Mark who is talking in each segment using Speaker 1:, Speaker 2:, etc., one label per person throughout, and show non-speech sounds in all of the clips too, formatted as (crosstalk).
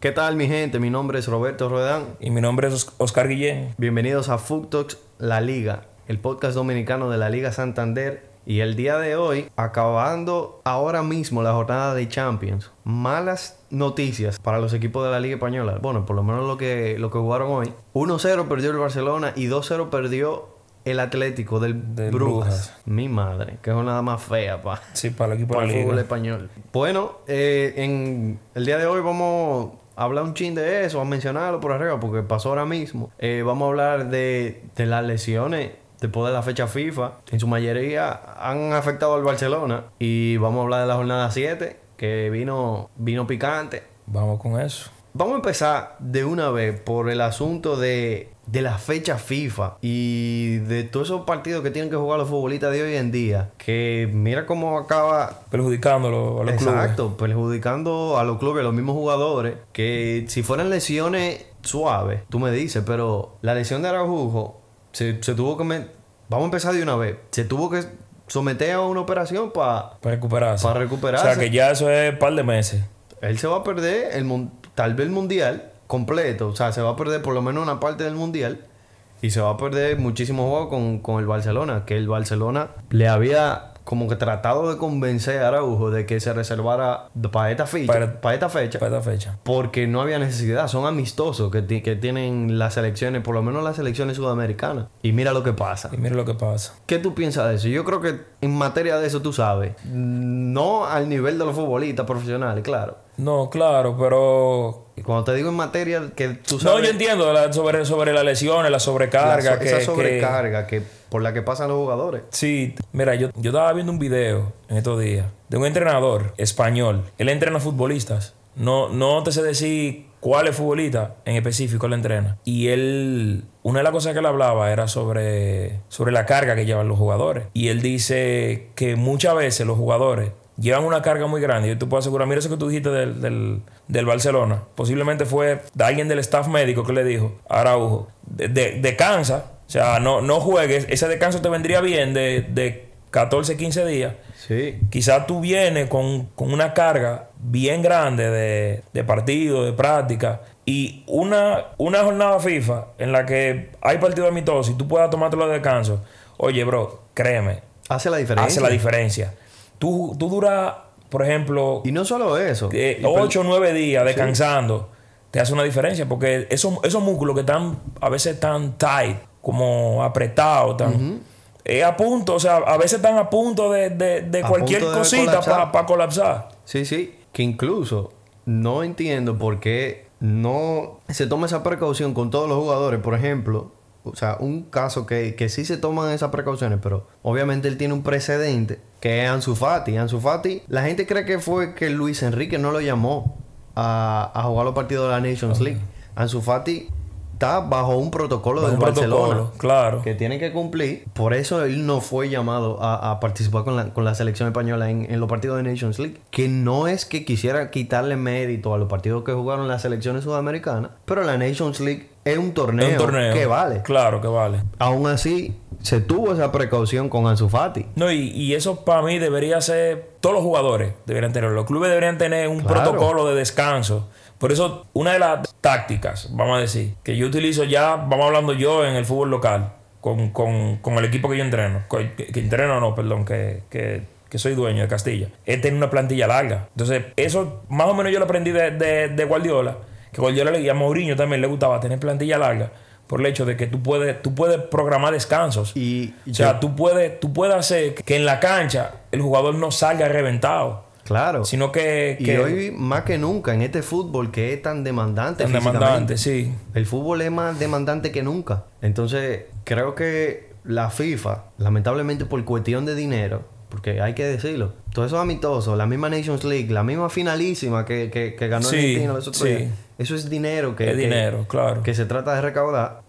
Speaker 1: ¿Qué tal mi gente? Mi nombre es Roberto Roedán.
Speaker 2: Y mi nombre es Oscar Guillén.
Speaker 1: Bienvenidos a Food Talks La Liga, el podcast dominicano de la Liga Santander. Y el día de hoy, acabando ahora mismo la jornada de Champions, malas noticias para los equipos de la Liga Española. Bueno, por lo menos lo que, lo que jugaron hoy. 1-0 perdió el Barcelona y 2-0 perdió el Atlético del,
Speaker 2: Del
Speaker 1: Brujas.
Speaker 2: Brujas.
Speaker 1: Mi madre, qué jornada más fea, pa
Speaker 2: Sí, para el equipo
Speaker 1: para
Speaker 2: de
Speaker 1: el
Speaker 2: la liga.
Speaker 1: fútbol español. Bueno, eh, en el día de hoy vamos a hablar un chin de eso, a mencionarlo por arriba, porque pasó ahora mismo. Eh, vamos a hablar de, de las lesiones después de la fecha FIFA. En su mayoría han afectado al Barcelona. Y vamos a hablar de la jornada 7, que vino, vino picante.
Speaker 2: Vamos con eso.
Speaker 1: Vamos a empezar de una vez por el asunto de, de la fecha FIFA y de todos esos partidos que tienen que jugar los futbolistas de hoy en día. Que mira cómo acaba
Speaker 2: Perjudicándolo a los clubes.
Speaker 1: Exacto, perjudicando a los clubes, a los mismos jugadores, que si fueran lesiones suaves, tú me dices, pero la lesión de Araujo se, se tuvo que... met- Vamos a empezar de una vez. Se tuvo que someter a una operación para...
Speaker 2: Para recuperarse.
Speaker 1: Para recuperarse.
Speaker 2: O sea que ya eso es un par de meses.
Speaker 1: Él se va a perder el mun- tal vez el mundial completo, o sea, se va a perder por lo menos una parte del mundial y se va a perder muchísimos juegos con, con el Barcelona, que el Barcelona le había como que tratado de convencer a Araujo de que se reservara para esta fecha, para,
Speaker 2: Para-
Speaker 1: esta fecha
Speaker 2: Para esta fecha.
Speaker 1: porque no había necesidad, son amistosos que, ti- que tienen las selecciones, por lo menos las selecciones sudamericanas. Y mira lo que pasa.
Speaker 2: Y mira lo que pasa.
Speaker 1: ¿Qué tú piensas de eso? Yo creo que en materia de eso tú sabes, no al nivel de los futbolistas profesionales, claro.
Speaker 2: No, claro, pero.
Speaker 1: Y Cuando te digo en materia que tú
Speaker 2: No,
Speaker 1: sabes
Speaker 2: yo entiendo la- sobre, sobre las lesiones, la
Speaker 1: la so-
Speaker 2: sobrecarga. que-
Speaker 1: esa
Speaker 2: que-
Speaker 1: sobrecarga que, por la que pasan los jugadores.
Speaker 2: Sí, mira, yo, yo estaba viendo un video en estos días de un entrenador español. Él entrena futbolistas. No, no te sé decir cuál es futbolista en específico él entrena. Y él, una de las cosas que él hablaba era sobre, sobre la carga que llevan los jugadores. Y él dice que muchas veces los jugadores llevan una carga muy grande. Yo te puedo asegurar, mira eso que tú dijiste del, del- del Barcelona. Posiblemente fue de alguien del staff médico que le dijo, Araujo, de- de- descansa. O sea, no, no juegues. Ese descanso te vendría bien de, de 14, 15 días.
Speaker 1: Sí.
Speaker 2: Quizás tú vienes con, con una carga bien grande de, de partido, de práctica. Y una, una jornada FIFA en la que hay partido de mitosis y tú puedas tomarte los descansos. Oye, bro, créeme,
Speaker 1: Hace la diferencia.
Speaker 2: hace la diferencia. Tú, tú duras, por ejemplo,
Speaker 1: Y no solo eso.
Speaker 2: eh,
Speaker 1: Y per-
Speaker 2: ocho o 9 días descansando. Te hace una diferencia porque esos, esos músculos que están a veces tan tight, como apretados, tan... eh, a punto, o sea, a veces están a punto de, de- de
Speaker 1: A
Speaker 2: cualquier
Speaker 1: punto de
Speaker 2: cosita
Speaker 1: colapsar.
Speaker 2: para colapsar.
Speaker 1: Sí, sí. Que incluso no entiendo por qué no se toma esa precaución con todos los jugadores. Por ejemplo, o sea, un caso que, que sí se toman esas precauciones, pero obviamente él tiene un precedente que es Ansu Fati. Ansu Fati, la gente cree que fue que Luis Enrique no lo llamó a, a jugar los partidos de la Nations League. Ansu Fati está bajo un protocolo
Speaker 2: Bajo
Speaker 1: del
Speaker 2: un
Speaker 1: Barcelona
Speaker 2: protocolo, claro.
Speaker 1: que tiene que cumplir. Por eso él no fue llamado a, a participar con la, con la selección española en, en los partidos de Nations League. Que no es que quisiera quitarle mérito a los partidos que jugaron las selecciones sudamericanas, pero la Nations League es un torneo,
Speaker 2: Es un torneo.
Speaker 1: que vale.
Speaker 2: Claro que vale.
Speaker 1: Aún así, se tuvo esa precaución con Ansu Fati.
Speaker 2: No, y, y eso para mí debería ser. Todos los jugadores deberían tenerlo. Los clubes deberían tener un
Speaker 1: Claro.
Speaker 2: protocolo de descanso. Por eso, una de las tácticas, vamos a decir, que yo utilizo ya, vamos hablando yo en el fútbol local, con, con- con el equipo que yo entreno, con- que, que entreno no, perdón, que, que- que soy dueño de Castilla, es tener una plantilla larga. Entonces, eso más o menos yo lo aprendí de, de- de Guardiola, que Guardiola le- y a Mourinho también le gustaba tener plantilla larga, por el hecho de que tú puedes, tú puedes programar descansos.
Speaker 1: Y
Speaker 2: O sea, tú puedes, tú puedes hacer que en la cancha el jugador no salga reventado,
Speaker 1: claro.
Speaker 2: sino que,
Speaker 1: y
Speaker 2: que
Speaker 1: hoy más que nunca en este fútbol que es tan demandante.
Speaker 2: tan
Speaker 1: físicamente.
Speaker 2: demandante, sí.
Speaker 1: El fútbol es más demandante que nunca. Entonces, creo que la FIFA, lamentablemente por cuestión de dinero, porque hay que decirlo, todo eso es amistoso, la misma Nations League, la misma finalísima que, que- que ganó
Speaker 2: Sí,
Speaker 1: Argentina los otros
Speaker 2: sí.
Speaker 1: días, eso es dinero que,
Speaker 2: Es
Speaker 1: que-
Speaker 2: dinero, claro.
Speaker 1: que se trata de recaudar,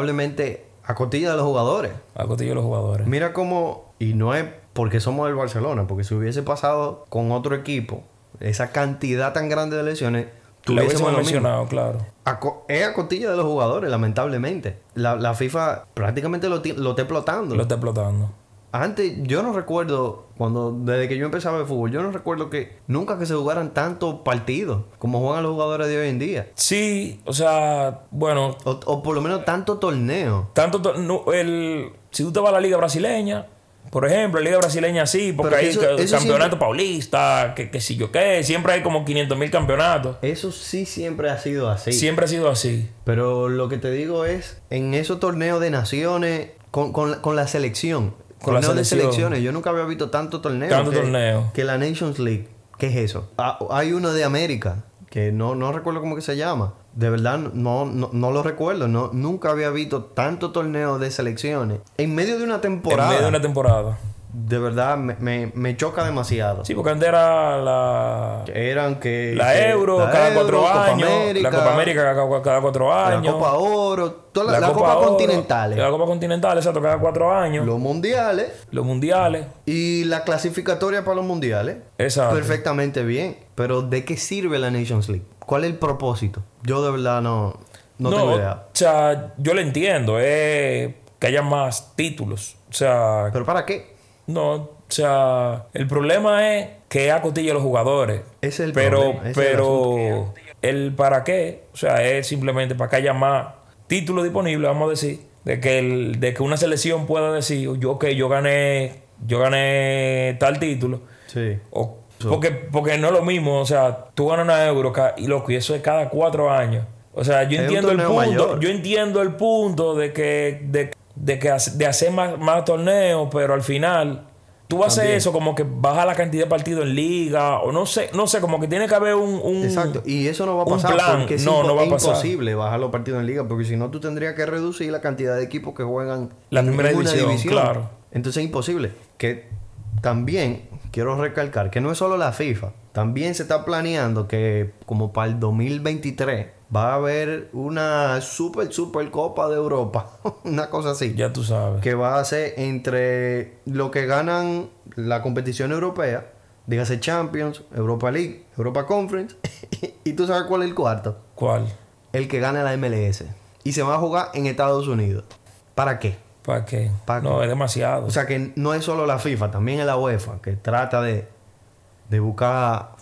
Speaker 1: lamentablemente a cotilla de los jugadores.
Speaker 2: A cotilla de los jugadores.
Speaker 1: Mira cómo, y no es porque somos del Barcelona, porque si hubiese pasado con otro equipo, esa cantidad tan grande de lesiones,
Speaker 2: Lo hubiésemos
Speaker 1: tuviésemos lo mismo.
Speaker 2: mencionado, claro.
Speaker 1: A co- es a costilla de los jugadores, lamentablemente. La, la FIFA prácticamente lo, ti- lo está explotando.
Speaker 2: Lo está explotando.
Speaker 1: Antes, yo no recuerdo, cuando desde que yo empezaba el fútbol, yo no recuerdo que nunca que se jugaran tantos partidos como juegan los jugadores de hoy en día.
Speaker 2: Sí, o sea, bueno,
Speaker 1: O, o por lo menos tanto torneo.
Speaker 2: tanto to- no, el, si tú te vas a la liga brasileña, por ejemplo, la liga brasileña sí, porque
Speaker 1: Pero
Speaker 2: hay
Speaker 1: eso-
Speaker 2: ca-
Speaker 1: eso
Speaker 2: campeonato
Speaker 1: siempre-
Speaker 2: paulista, que, que si yo qué, siempre hay como 500 mil campeonatos.
Speaker 1: Eso sí siempre ha sido así.
Speaker 2: Siempre ha sido así.
Speaker 1: Pero lo que te digo es, en esos torneos de naciones, con, con, la- con la selección,
Speaker 2: Con la
Speaker 1: torneos de
Speaker 2: selección.
Speaker 1: selecciones, yo nunca había visto tanto torneo.
Speaker 2: Tanto
Speaker 1: que,
Speaker 2: torneo.
Speaker 1: Que la Nations League, ¿qué es eso? Ah, hay uno de América, que no, no recuerdo cómo que se llama. De verdad, no, no, no lo recuerdo. No, nunca había visto tanto torneo de selecciones. En medio de una temporada,
Speaker 2: En medio de una temporada.
Speaker 1: de verdad, me, me- me choca demasiado.
Speaker 2: Sí, porque antes era la,
Speaker 1: Que Eran que...
Speaker 2: la
Speaker 1: que-
Speaker 2: Euro
Speaker 1: la
Speaker 2: cada
Speaker 1: Euro,
Speaker 2: cuatro
Speaker 1: Copa
Speaker 2: años, la Copa América cada, cada cuatro
Speaker 1: La
Speaker 2: años.
Speaker 1: Copa Oro, todas las Copas
Speaker 2: Oro,
Speaker 1: Continentales,
Speaker 2: La Copa Continental, exacto, cada cuatro años.
Speaker 1: los mundiales
Speaker 2: Los mundiales,
Speaker 1: y la clasificatoria para los mundiales.
Speaker 2: exacto.
Speaker 1: Perfectamente bien, pero ¿de qué sirve la Nations League? ¿Cuál es el propósito? Yo de verdad no, no, tengo idea.
Speaker 2: O sea, yo lo entiendo, es que haya más títulos. O sea,
Speaker 1: ¿Pero para qué?
Speaker 2: no, o sea, el problema es que acotilla a los jugadores.
Speaker 1: Ese es el
Speaker 2: pero,
Speaker 1: problema, ese es el
Speaker 2: pero el para qué, o sea, es simplemente para que haya más títulos disponibles, vamos a decir, de que el, de que una selección pueda decir, yo que yo gané, yo gané tal título.
Speaker 1: Sí.
Speaker 2: O- porque, porque no es lo mismo, o sea, tú ganas una euro ca- y loco, y eso es cada cuatro años. O sea, yo
Speaker 1: un
Speaker 2: entiendo el punto,
Speaker 1: torneo mayor.
Speaker 2: yo entiendo el punto de que, de, de que hace- de hacer más, más torneos, pero al final, tú haces eso como que baja la cantidad de partidos en liga, o no sé, no sé, como que tiene que haber un, un-
Speaker 1: Exacto, y eso no va a
Speaker 2: un
Speaker 1: pasar
Speaker 2: plan.
Speaker 1: porque es
Speaker 2: No,
Speaker 1: impo-
Speaker 2: no va a pasar.
Speaker 1: imposible bajar los partidos en liga porque si no tú tendrías que reducir la cantidad de equipos que juegan
Speaker 2: La
Speaker 1: en
Speaker 2: primera
Speaker 1: una
Speaker 2: división, claro.
Speaker 1: Entonces es imposible. Que también quiero recalcar que no es solo la FIFA, también se está planeando que como para el 2023 va a haber una super super copa de Europa, (laughs) una cosa así
Speaker 2: ya tú sabes.
Speaker 1: que va a ser entre lo que ganan la competición europea, dígase Champions, Europa League, Europa Conference, (laughs) y tú sabes cuál es el cuarto,
Speaker 2: ¿Cuál?
Speaker 1: el que gana la MLS. Y se va a jugar en Estados Unidos. ¿Para qué?
Speaker 2: ¿Para qué?
Speaker 1: ¿Para
Speaker 2: no, es demasiado.
Speaker 1: O sea que no es solo la FIFA, también es la UEFA que trata de, de buscar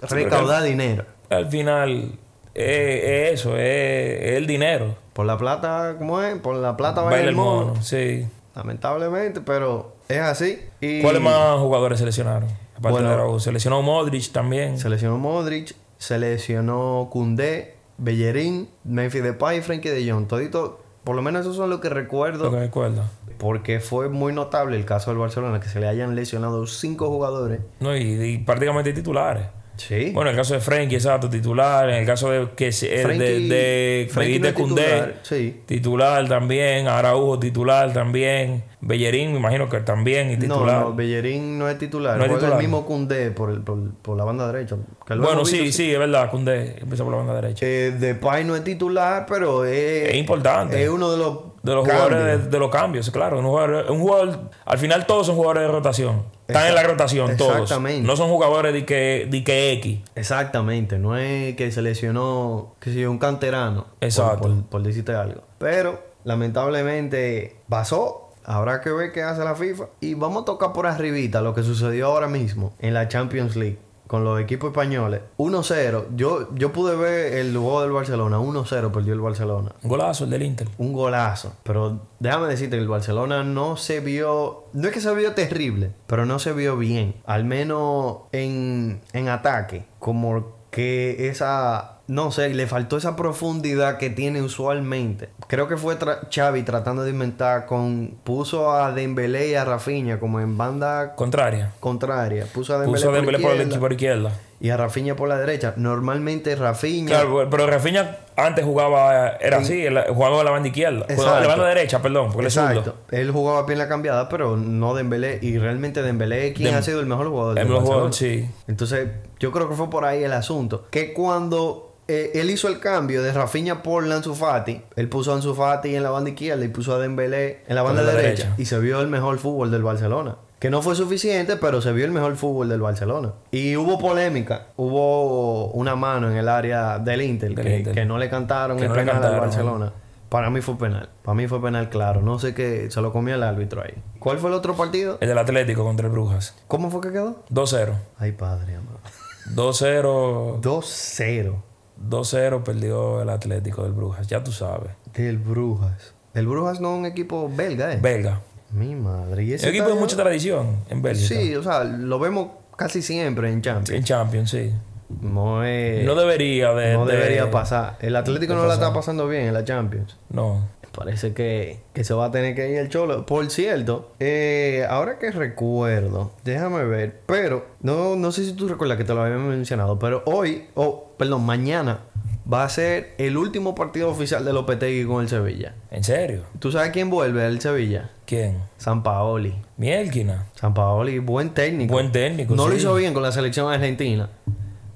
Speaker 2: pero
Speaker 1: recaudar dinero.
Speaker 2: al final, es, es eso, es, es el dinero.
Speaker 1: Por la plata, ¿cómo es? Por la plata
Speaker 2: Baila el
Speaker 1: mono.
Speaker 2: mono, sí.
Speaker 1: Lamentablemente, pero es así. Y
Speaker 2: ¿Cuáles más jugadores seleccionaron? Aparte
Speaker 1: Bueno.
Speaker 2: de Araújo, seleccionó Modric también.
Speaker 1: Se lesionó Modric, se lesionó Koundé, Bellerín, Memphis Depay, Frankie de Jong. Todito, por lo menos esos son los que
Speaker 2: Lo
Speaker 1: recuerdo.
Speaker 2: que me acuerdo.
Speaker 1: Porque fue muy notable el caso del Barcelona, que se le hayan lesionado cinco jugadores.
Speaker 2: No, y, y prácticamente titulares.
Speaker 1: Sí.
Speaker 2: Bueno, en el caso de Frenkie, exacto, titular. En el caso de que se- el de,
Speaker 1: Frenkie-
Speaker 2: de, me
Speaker 1: Frenkie
Speaker 2: dijiste
Speaker 1: no es
Speaker 2: Koundé,
Speaker 1: titular, sí.
Speaker 2: titular también. Araujo, titular también. Bellerín, me imagino que también, y
Speaker 1: No,
Speaker 2: titular.
Speaker 1: no, Bellerín no es titular.
Speaker 2: No es
Speaker 1: Juega
Speaker 2: titular.
Speaker 1: el mismo Koundé por, el- por, por la banda derecha. que lo
Speaker 2: bueno,
Speaker 1: hemos
Speaker 2: sí,
Speaker 1: visto.
Speaker 2: sí, es verdad, Koundé empieza por la banda derecha.
Speaker 1: Eh, Depay no es titular, pero es,
Speaker 2: es importante.
Speaker 1: es uno de los,
Speaker 2: de los
Speaker 1: cambios.
Speaker 2: jugadores de, de los cambios, claro. Un jugador, un jugador- al final todos son jugadores de rotación. Están en la rotación todos.
Speaker 1: Exactamente.
Speaker 2: No son jugadores de que, de que X.
Speaker 1: Exactamente, no es que se lesionó, que sé yo, un canterano. por-
Speaker 2: Exacto.
Speaker 1: Por, por decirte algo. Pero, lamentablemente, pasó. Habrá que ver qué hace la FIFA. Y vamos a tocar por arribita lo que sucedió ahora mismo en la Champions League con los equipos españoles. 1-0. Yo, yo pude ver el juego del Barcelona. 1-0 perdió el Barcelona.
Speaker 2: Un golazo el del Inter.
Speaker 1: Un golazo. Pero déjame decirte que el Barcelona no se vio. No es que se vio terrible, pero no se vio bien. Al menos en, en ataque. Como que esa. No sé, le faltó esa profundidad que tiene usualmente. Creo que fue tra- Xavi tratando de inventar con... Puso a Dembélé y a Rafinha como en banda
Speaker 2: Contraria.
Speaker 1: contraria. Puso a Dembélé,
Speaker 2: Puso a Dembélé por, el
Speaker 1: izquierda
Speaker 2: equipo por izquierda.
Speaker 1: y a Rafinha por la derecha. Normalmente Rafinha...
Speaker 2: Claro, pero Rafinha antes jugaba, era así, el- jugaba de la banda izquierda. Jugaba de la
Speaker 1: Exacto.
Speaker 2: banda derecha, perdón, porque él es
Speaker 1: Exacto.
Speaker 2: zurdo.
Speaker 1: Él jugaba bien la cambiada, pero no Dembélé. Y realmente Dembélé, quien ha sido el mejor jugador
Speaker 2: El
Speaker 1: del
Speaker 2: mejor jugador,
Speaker 1: Barcelona.
Speaker 2: sí.
Speaker 1: Entonces, yo creo que fue por ahí el asunto. Que cuando eh, él hizo el cambio de Rafinha por Ansu Fati, él puso a Ansu Fati en la banda izquierda y puso a Dembélé en la banda
Speaker 2: la
Speaker 1: derecha,
Speaker 2: derecha.
Speaker 1: Y se vio el mejor fútbol del Barcelona. Que no fue suficiente, pero se vio el mejor fútbol del Barcelona. Y hubo polémica. Hubo una mano en el área del Inter,
Speaker 2: Del
Speaker 1: que,
Speaker 2: Inter.
Speaker 1: que no le cantaron
Speaker 2: Que
Speaker 1: el
Speaker 2: no le
Speaker 1: penal al
Speaker 2: cantaron.
Speaker 1: Barcelona. Para mí fue penal. Para mí fue penal, claro. No sé qué. Se lo comió el árbitro ahí. ¿Cuál fue el otro partido?
Speaker 2: El del Atlético contra el Brujas.
Speaker 1: ¿Cómo fue que quedó?
Speaker 2: 2-0.
Speaker 1: Ay, padre, amado.
Speaker 2: 2-0.
Speaker 1: 2-0
Speaker 2: 2-0 perdió el Atlético del Brujas. Ya tú sabes.
Speaker 1: del Brujas. El Brujas no es un equipo belga, ¿eh?
Speaker 2: Belga.
Speaker 1: Mi madre. ¿Y ese
Speaker 2: El equipo de
Speaker 1: está-
Speaker 2: mucha tradición en Bélgica.
Speaker 1: Sí, o sea, lo vemos casi siempre en Champions.
Speaker 2: En Champions, sí.
Speaker 1: No es.
Speaker 2: No debería de.
Speaker 1: Eh, no
Speaker 2: de-
Speaker 1: debería pasar. El Atlético no la está pasando bien en la Champions.
Speaker 2: No.
Speaker 1: Parece que, que se va a tener que ir el Cholo. Por cierto, eh, ahora que recuerdo, déjame ver, pero no, no sé si tú recuerdas que te lo había mencionado, pero hoy, o perdón, mañana va a ser el último partido oficial de Lopetegui con el Sevilla.
Speaker 2: ¿En serio?
Speaker 1: ¿Tú sabes quién vuelve al Sevilla?
Speaker 2: ¿Quién?
Speaker 1: San Paoli.
Speaker 2: Mielkina.
Speaker 1: San Paoli, buen técnico.
Speaker 2: Buen técnico.
Speaker 1: No lo
Speaker 2: sí.
Speaker 1: hizo bien con la selección argentina.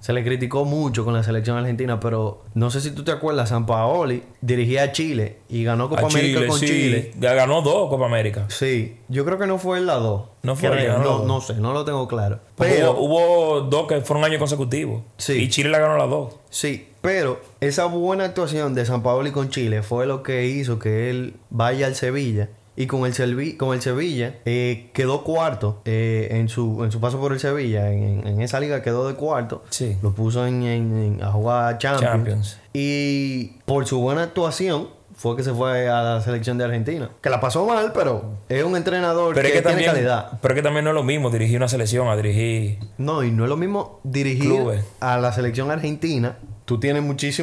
Speaker 1: Se le criticó mucho con la selección argentina, pero no sé si tú te acuerdas, San Paoli dirigía a Chile y ganó Copa
Speaker 2: A
Speaker 1: América
Speaker 2: Chile,
Speaker 1: con
Speaker 2: sí.
Speaker 1: Chile.
Speaker 2: Ya Ganó dos Copa América.
Speaker 1: Sí, yo creo que no fue en la 2.
Speaker 2: No fue en la dos.
Speaker 1: no, no sé, no lo tengo claro.
Speaker 2: Pero
Speaker 1: Pero,
Speaker 2: hubo, dos que fueron años consecutivos.
Speaker 1: Sí.
Speaker 2: Y Chile la ganó las dos.
Speaker 1: sí, pero esa buena actuación de San Paoli con Chile fue lo que hizo que él vaya al Sevilla. Y con el, Selvi- con el Sevilla eh, quedó cuarto eh, en, su, en su paso por el Sevilla. En, en esa liga quedó de cuarto.
Speaker 2: Sí.
Speaker 1: Lo puso en, en- en- a jugar Champions.
Speaker 2: Champions.
Speaker 1: Y por su buena actuación fue que se fue a la selección de Argentina. Que la pasó mal, pero es un entrenador
Speaker 2: Pero es
Speaker 1: que,
Speaker 2: que
Speaker 1: tiene
Speaker 2: también.
Speaker 1: calidad.
Speaker 2: Pero es que también no es lo mismo dirigir una selección a dirigir.
Speaker 1: No, y no es lo mismo dirigir
Speaker 2: Clubes.
Speaker 1: a la selección argentina. Tú tienes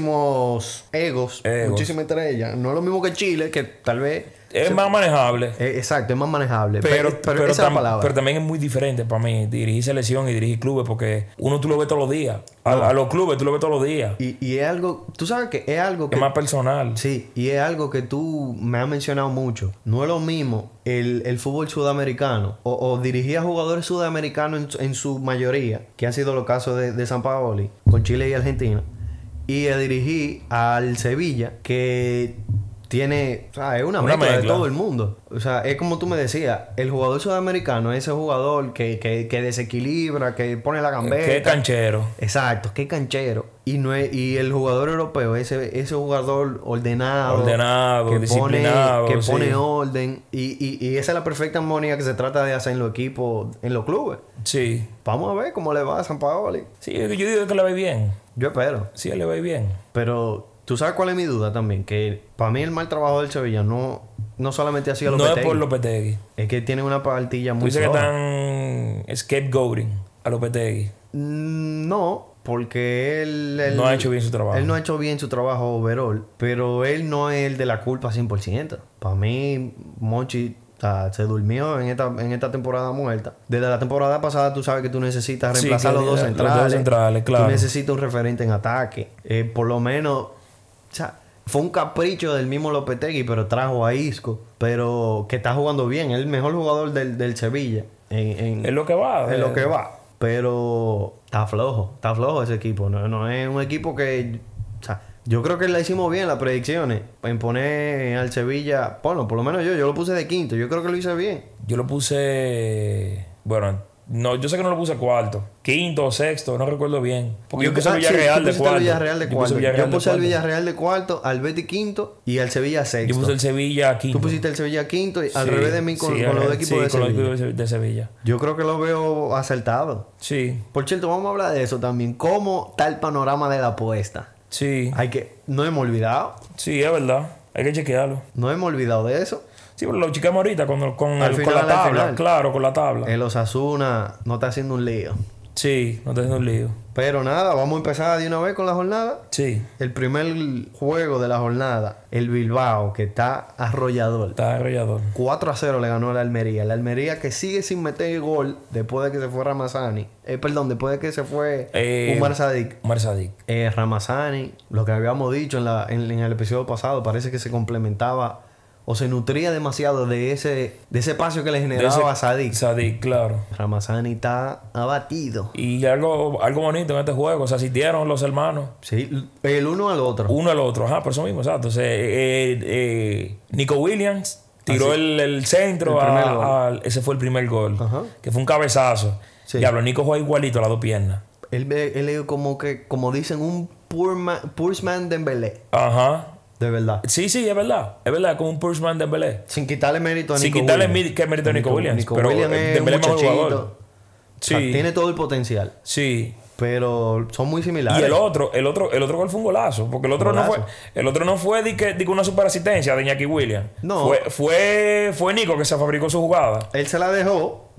Speaker 1: muchísimos egos,
Speaker 2: Egos.
Speaker 1: muchísimas estrellas. No es lo mismo que Chile, que tal vez...
Speaker 2: Es más manejable.
Speaker 1: eh, exacto, es más manejable.
Speaker 2: Pero,
Speaker 1: Pe-
Speaker 2: pero,
Speaker 1: esa es
Speaker 2: tam-
Speaker 1: la palabra.
Speaker 2: pero también es muy diferente para mí dirigir selección y dirigir clubes porque uno tú lo ves todos los días. A, a los clubes tú lo ves todos los días.
Speaker 1: Y, y es algo... Tú sabes que es algo que...
Speaker 2: Es más personal.
Speaker 1: Sí, y es algo que tú me has mencionado mucho. No es lo mismo el, el fútbol sudamericano o, o dirigir a jugadores sudamericanos en, su- en su mayoría, que han sido los casos de, de San Paoli, con Chile y Argentina, y a dirigir al Sevilla, que tiene, o sea, es una,
Speaker 2: Una
Speaker 1: mezcla de
Speaker 2: mezcla.
Speaker 1: todo el mundo. O sea, es como tú me decías, el jugador sudamericano es ese jugador que, que- que desequilibra, que pone la gambeta.
Speaker 2: Qué canchero.
Speaker 1: Exacto, qué canchero. Y no es- y el jugador europeo, ese, ese jugador ordenado,
Speaker 2: Ordenado, disciplinado,
Speaker 1: pone, que
Speaker 2: sí.
Speaker 1: pone orden. Y, y- y esa es la perfecta armonía que se trata de hacer en los equipos, en los clubes.
Speaker 2: Sí.
Speaker 1: Vamos a ver cómo le va a San Paoli.
Speaker 2: Sí, yo yo digo que le ve bien.
Speaker 1: Yo espero.
Speaker 2: Sí, le ve bien.
Speaker 1: Pero tú sabes cuál es mi duda también, que para mí el mal trabajo del Sevilla no, no solamente ha sido
Speaker 2: No es
Speaker 1: Lopetegui.
Speaker 2: por Lopetegui.
Speaker 1: Es que tiene una partilla
Speaker 2: Tú
Speaker 1: muy
Speaker 2: dices que
Speaker 1: floja.
Speaker 2: están scapegoating a Lopetegui.
Speaker 1: Mm, No, porque él, él-
Speaker 2: No ha hecho bien su trabajo.
Speaker 1: Él no ha hecho bien su trabajo overall, pero él no es el de la culpa 100%. Para mí, Monchi o sea, se durmió en esta, en esta temporada muerta. Desde la temporada pasada tú sabes que tú necesitas
Speaker 2: Sí,
Speaker 1: reemplazar
Speaker 2: que
Speaker 1: los dos
Speaker 2: los dos
Speaker 1: centrales.
Speaker 2: centrales, claro.
Speaker 1: Tú necesitas un referente en ataque. Eh, por lo menos, o sea, fue un capricho del mismo Lopetegui, pero trajo a Isco, pero que está jugando bien. Es el mejor jugador del, del Sevilla. En, en-
Speaker 2: Es lo que va.
Speaker 1: es lo que
Speaker 2: eh,
Speaker 1: va. Pero está flojo, está flojo ese equipo. No, no es un equipo que. o sea, yo creo que la hicimos bien las predicciones. En poner al Sevilla. Bueno, por lo menos yo, yo lo puse de quinto. Yo creo que lo hice bien.
Speaker 2: Yo lo puse. Bueno, no, yo sé que no lo puse cuarto. Quinto o sexto, no recuerdo bien. Porque yo, puse
Speaker 1: ah, sí,
Speaker 2: Villarreal
Speaker 1: tú
Speaker 2: de
Speaker 1: pusiste
Speaker 2: cuarto.
Speaker 1: al Villarreal de
Speaker 2: Yo
Speaker 1: cuarto.
Speaker 2: puse Villarreal
Speaker 1: Yo
Speaker 2: de
Speaker 1: puse al
Speaker 2: cuarto.
Speaker 1: Villarreal de cuarto, al Betty quinto y al Sevilla sexto.
Speaker 2: Yo puse el Sevilla quinto.
Speaker 1: Tú pusiste el Sevilla quinto y al
Speaker 2: Sí,
Speaker 1: revés de mí con,
Speaker 2: sí,
Speaker 1: con
Speaker 2: al
Speaker 1: los
Speaker 2: revés,
Speaker 1: equipos
Speaker 2: sí,
Speaker 1: de
Speaker 2: con los
Speaker 1: Sevilla.
Speaker 2: equipos de- de Sevilla.
Speaker 1: Yo creo que lo veo acertado.
Speaker 2: Sí,
Speaker 1: Por cierto, vamos a hablar de eso también. ¿Cómo está el panorama de la apuesta?
Speaker 2: sí,
Speaker 1: Hay que. No hemos olvidado.
Speaker 2: sí, es verdad. Hay que chequearlo.
Speaker 1: No hemos olvidado de eso.
Speaker 2: Sí, pero lo chequeamos ahorita con, con,
Speaker 1: Al
Speaker 2: el- con
Speaker 1: final,
Speaker 2: la
Speaker 1: al
Speaker 2: tabla.
Speaker 1: final. Eh.
Speaker 2: Claro, con la tabla.
Speaker 1: El Osasuna no está haciendo un lío.
Speaker 2: Sí, no te haciendo un lío.
Speaker 1: Pero nada, vamos a empezar de una vez con la jornada.
Speaker 2: Sí,
Speaker 1: El primer juego de la jornada, el Bilbao, que está arrollador.
Speaker 2: está arrollador.
Speaker 1: 4 a 0 le ganó la Almería. La Almería que sigue sin meter gol después de que se fue Ramazani. Eh, perdón, después de que se fue
Speaker 2: Eh,
Speaker 1: Umar Sadik.
Speaker 2: Marzadik.
Speaker 1: Eh, Ramazani, lo que habíamos dicho en, la- en- en el episodio pasado, parece que se complementaba o se nutría demasiado de ese, de ese espacio que le generaba a Sadik.
Speaker 2: Sadik, claro.
Speaker 1: Ramazani está abatido.
Speaker 2: Y algo, algo bonito en este juego. Se asistieron los hermanos.
Speaker 1: Sí, el uno al otro.
Speaker 2: Uno al otro. Ajá, por eso mismo, exacto. Entonces, eh, eh, Nico Williams tiró el, el centro.
Speaker 1: El primer
Speaker 2: a-
Speaker 1: gol.
Speaker 2: al- ese fue el primer gol.
Speaker 1: Ajá.
Speaker 2: Que fue un cabezazo.
Speaker 1: Sí.
Speaker 2: Diablo, Nico juega igualito a las dos piernas.
Speaker 1: Él, ve- él es como que, como dicen, un poor man, poor man Dembélé.
Speaker 2: Ajá.
Speaker 1: de verdad.
Speaker 2: Sí, sí, es verdad. Es verdad, como un Pursman de Belé.
Speaker 1: Sin quitarle mérito a
Speaker 2: Sin
Speaker 1: Nico
Speaker 2: quitarle
Speaker 1: Williams.
Speaker 2: mi- que mérito a Nico Williams,
Speaker 1: Nico
Speaker 2: pero
Speaker 1: Williams
Speaker 2: Dembélé
Speaker 1: es
Speaker 2: es mejor
Speaker 1: muchachito.
Speaker 2: jugador.
Speaker 1: O sea,
Speaker 2: Sí.
Speaker 1: tiene todo el potencial.
Speaker 2: Sí.
Speaker 1: Pero son muy similares.
Speaker 2: Y el otro, el otro, el otro gol fue un golazo. Porque el otro no fue,
Speaker 1: Golazo.
Speaker 2: el otro no fue di que, di que una superasistencia de Iñaki Williams.
Speaker 1: No.
Speaker 2: Fue, fue, fue Nico que se fabricó su jugada.
Speaker 1: Él se la dejó.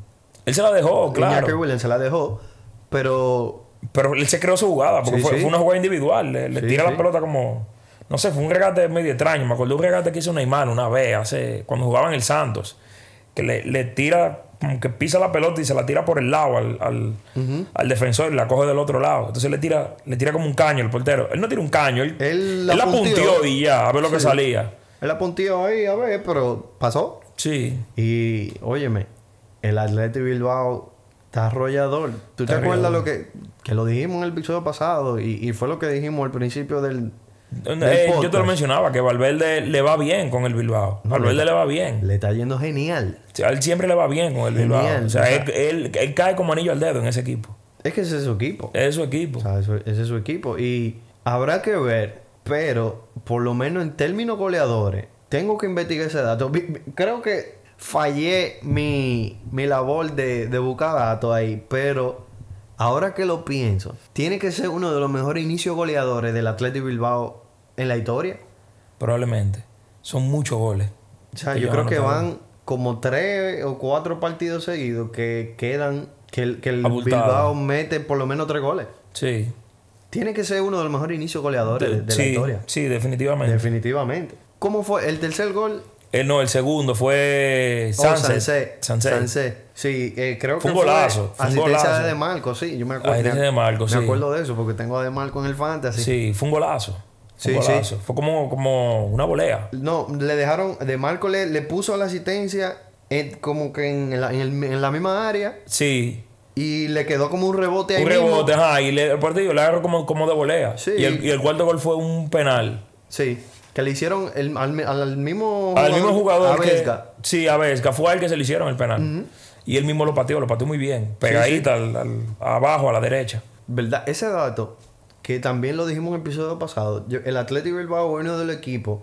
Speaker 2: Él se la dejó, claro.
Speaker 1: Iñaki Williams se la dejó. Pero
Speaker 2: Pero él se creó su jugada, porque
Speaker 1: Sí,
Speaker 2: fue,
Speaker 1: sí.
Speaker 2: fue una jugada individual. Le, le
Speaker 1: Sí,
Speaker 2: tira
Speaker 1: sí.
Speaker 2: la pelota como. No sé, fue un regate medio extraño. Me acuerdo de un regate que hizo Neymar una vez, hace, cuando jugaba en el Santos. Que le, le tira, como que pisa la pelota y se la tira por el lado al, al, al defensor y la coge del otro lado. Entonces le tira, le tira como un caño el portero. Él no tira un caño, él,
Speaker 1: Él la
Speaker 2: él la
Speaker 1: punteó.
Speaker 2: punteó y ya, a ver lo que salía.
Speaker 1: él apuntó ahí a ver, pero pasó.
Speaker 2: Sí.
Speaker 1: Y óyeme, el Atleti Bilbao está arrollador. ¿Tú te
Speaker 2: Está
Speaker 1: acuerdas
Speaker 2: arrollador.
Speaker 1: lo que, que lo dijimos en el episodio pasado? Y, y fue lo que dijimos al principio del... del
Speaker 2: Eh, yo te lo
Speaker 1: podcast.
Speaker 2: mencionaba, que Valverde le va bien con el Bilbao. Valverde le va bien.
Speaker 1: Le está yendo genial.
Speaker 2: O sea, a él siempre le va bien con el
Speaker 1: Genial.
Speaker 2: Bilbao. O sea,
Speaker 1: O sea-
Speaker 2: él, él- él cae como anillo al dedo en ese equipo.
Speaker 1: Es que ese es su equipo.
Speaker 2: Es su equipo.
Speaker 1: O sea, eso- ese es su equipo. Y habrá que ver, pero por lo menos en términos goleadores, tengo que investigar ese dato. Vi- vi- Creo que fallé mi, mi labor de, de buscar datos ahí, pero ahora que lo pienso, tiene que ser uno de los mejores inicios goleadores del Atlético Bilbao en la historia.
Speaker 2: Probablemente. Son muchos goles.
Speaker 1: O sea,
Speaker 2: Que
Speaker 1: yo
Speaker 2: ya
Speaker 1: creo
Speaker 2: van
Speaker 1: que
Speaker 2: a
Speaker 1: van como tres o cuatro partidos seguidos que quedan, que el, que el
Speaker 2: Abultado.
Speaker 1: Bilbao mete por lo menos tres goles.
Speaker 2: Sí.
Speaker 1: Tiene que ser uno de los mejores inicios goleadores de, de
Speaker 2: sí,
Speaker 1: la historia.
Speaker 2: Sí, definitivamente.
Speaker 1: Definitivamente. ¿Cómo fue? El tercer gol.
Speaker 2: Eh, no, el segundo fue
Speaker 1: Oh,
Speaker 2: Sánchez.
Speaker 1: Sancet.
Speaker 2: Sancet.
Speaker 1: Sancet. Sí, eh, creo
Speaker 2: Fue
Speaker 1: que
Speaker 2: un golazo, fue un
Speaker 1: asistencia
Speaker 2: golazo.
Speaker 1: de Marco, sí. Yo me acuerdo.
Speaker 2: Asistencia
Speaker 1: me-
Speaker 2: de Marco,
Speaker 1: me
Speaker 2: sí.
Speaker 1: acuerdo de eso porque tengo a de Marco en el fantasy.
Speaker 2: Sí, fue un golazo. Fue un
Speaker 1: Sí, sí.
Speaker 2: golazo. Fue como, como una volea.
Speaker 1: No, le dejaron. De Marco le, le puso la asistencia eh, como que en la, en el- en la misma área
Speaker 2: Sí.
Speaker 1: y le quedó como un rebote ahí
Speaker 2: Un
Speaker 1: mismo.
Speaker 2: rebote, ajá. Y le- el partido le agarró como, como de volea.
Speaker 1: Sí.
Speaker 2: Y, el, y el cuarto gol fue un penal.
Speaker 1: Sí. Que le hicieron el- al, al mismo
Speaker 2: Al mismo jugador
Speaker 1: a
Speaker 2: que-
Speaker 1: Vesga.
Speaker 2: sí, a Vesga. Fue al que se le hicieron el penal. Y él mismo lo pateó, lo pateó muy bien. Pegadita al- al- abajo, a la derecha.
Speaker 1: ¿Verdad? Ese dato, que también lo dijimos en el episodio pasado, yo- el Atlético Bilbao es uno de los equipos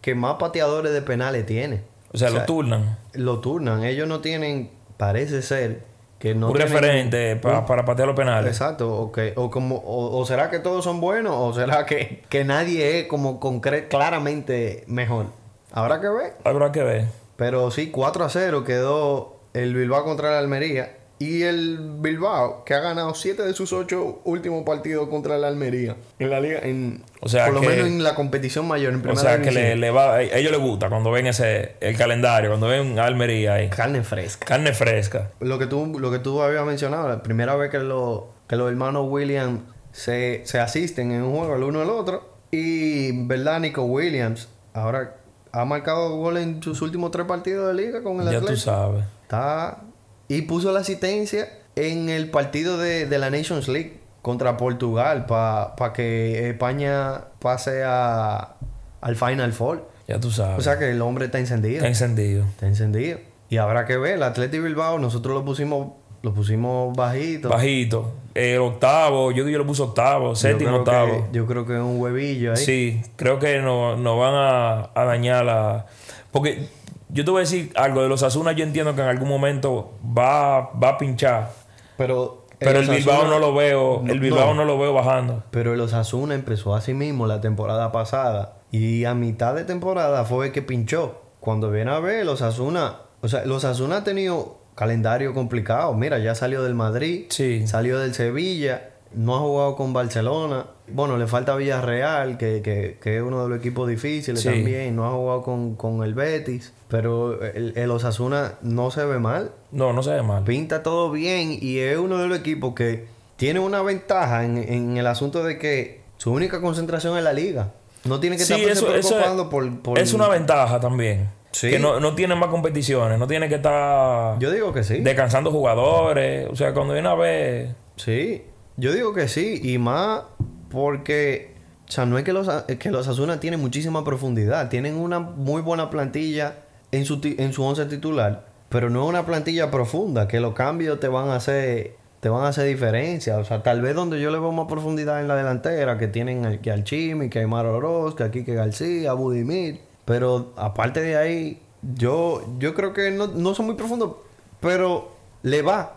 Speaker 1: que más pateadores de penales tiene.
Speaker 2: O sea, lo turnan.
Speaker 1: Lo turnan. Ellos no tienen, parece ser, que no
Speaker 2: un
Speaker 1: tienen-
Speaker 2: referente pa- para patear los penales.
Speaker 1: Exacto. O, que, o, como, o, o será que todos son buenos o será que, que nadie es como concre- claramente mejor. Habrá que ver.
Speaker 2: Habrá que ver.
Speaker 1: Pero sí, 4 a 0 quedó el Bilbao contra el Almería. Y el Bilbao, que ha ganado 7 de sus 8 últimos partidos contra el Almería. En la liga, en,
Speaker 2: O sea
Speaker 1: por lo
Speaker 2: que-
Speaker 1: menos en la competición mayor, en
Speaker 2: O
Speaker 1: primera
Speaker 2: sea, que
Speaker 1: división.
Speaker 2: le, le va, a ellos les gusta cuando ven ese el calendario, cuando ven Almería ahí.
Speaker 1: Carne fresca.
Speaker 2: Carne fresca.
Speaker 1: Lo que tú, lo que tú habías mencionado, la primera vez que, lo- que los hermanos Williams se, se asisten en un juego el uno al otro. Y, ¿verdad? Nico Williams ahora ha marcado goles en sus últimos tres partidos de liga con el
Speaker 2: Ya
Speaker 1: Atlético.
Speaker 2: tú sabes.
Speaker 1: Está- Y puso la asistencia en el partido de, de la Nations League contra Portugal para que España pase a, al Final Four.
Speaker 2: Ya tú sabes.
Speaker 1: O sea que el hombre está encendido.
Speaker 2: Está encendido.
Speaker 1: Está encendido. Y habrá que ver, el Atleti Bilbao, nosotros lo pusimos, lo pusimos bajito.
Speaker 2: Bajito. El octavo, yo, yo lo puse octavo,
Speaker 1: Yo
Speaker 2: séptimo,
Speaker 1: creo que-
Speaker 2: octavo.
Speaker 1: yo creo que es un huevillo ahí.
Speaker 2: Sí, creo que no- nos van a, a dañar la. Porque yo te voy a decir algo de los Asunas, yo entiendo que en algún momento va, va a pinchar.
Speaker 1: Pero,
Speaker 2: Pero el,
Speaker 1: Osasuna-
Speaker 2: Bilbao no lo veo, el
Speaker 1: Eh, No,
Speaker 2: Bilbao
Speaker 1: no.
Speaker 2: no. lo veo bajando.
Speaker 1: Pero el Osasuna empezó así mismo la temporada pasada. Y a mitad de temporada fue que pinchó. Cuando viene a ver, el Osasuna... O sea, el Osasuna ha tenido calendario complicado. Mira, ya salió del Madrid.
Speaker 2: Sí.
Speaker 1: Salió del Sevilla. No ha jugado con Barcelona. Bueno, le falta Villarreal, que, que- que es uno de los equipos difíciles
Speaker 2: Sí.
Speaker 1: también. No ha jugado con, con el Betis. Pero el, el Osasuna no se ve mal
Speaker 2: No, no se ve mal.
Speaker 1: pinta todo bien y es uno de los equipos que tiene una ventaja en, en el asunto de que su única concentración es la liga. No tiene que
Speaker 2: Sí,
Speaker 1: estarse
Speaker 2: eso, eso
Speaker 1: preocupando
Speaker 2: es,
Speaker 1: por, por-
Speaker 2: es una ventaja también.
Speaker 1: Sí.
Speaker 2: Que no, no tiene más competiciones, no tiene que estar
Speaker 1: Yo digo que sí.
Speaker 2: descansando jugadores. O sea, cuando viene a ver.
Speaker 1: Sí. Yo digo que sí. Y más porque... O sea, no es que los, que los Asuna tienen muchísima profundidad. Tienen una muy buena plantilla en su, ti- en su once titular. Pero no es una plantilla profunda. Que los cambios te van a hacer te van a hacer diferencia. O sea, tal vez donde yo le veo más profundidad en la delantera, que tienen al, que al Chimi, que a Aymar Oroz, que a Quique García, a Budimir. Pero aparte de ahí, yo, yo creo que no, no son muy profundos, pero le va.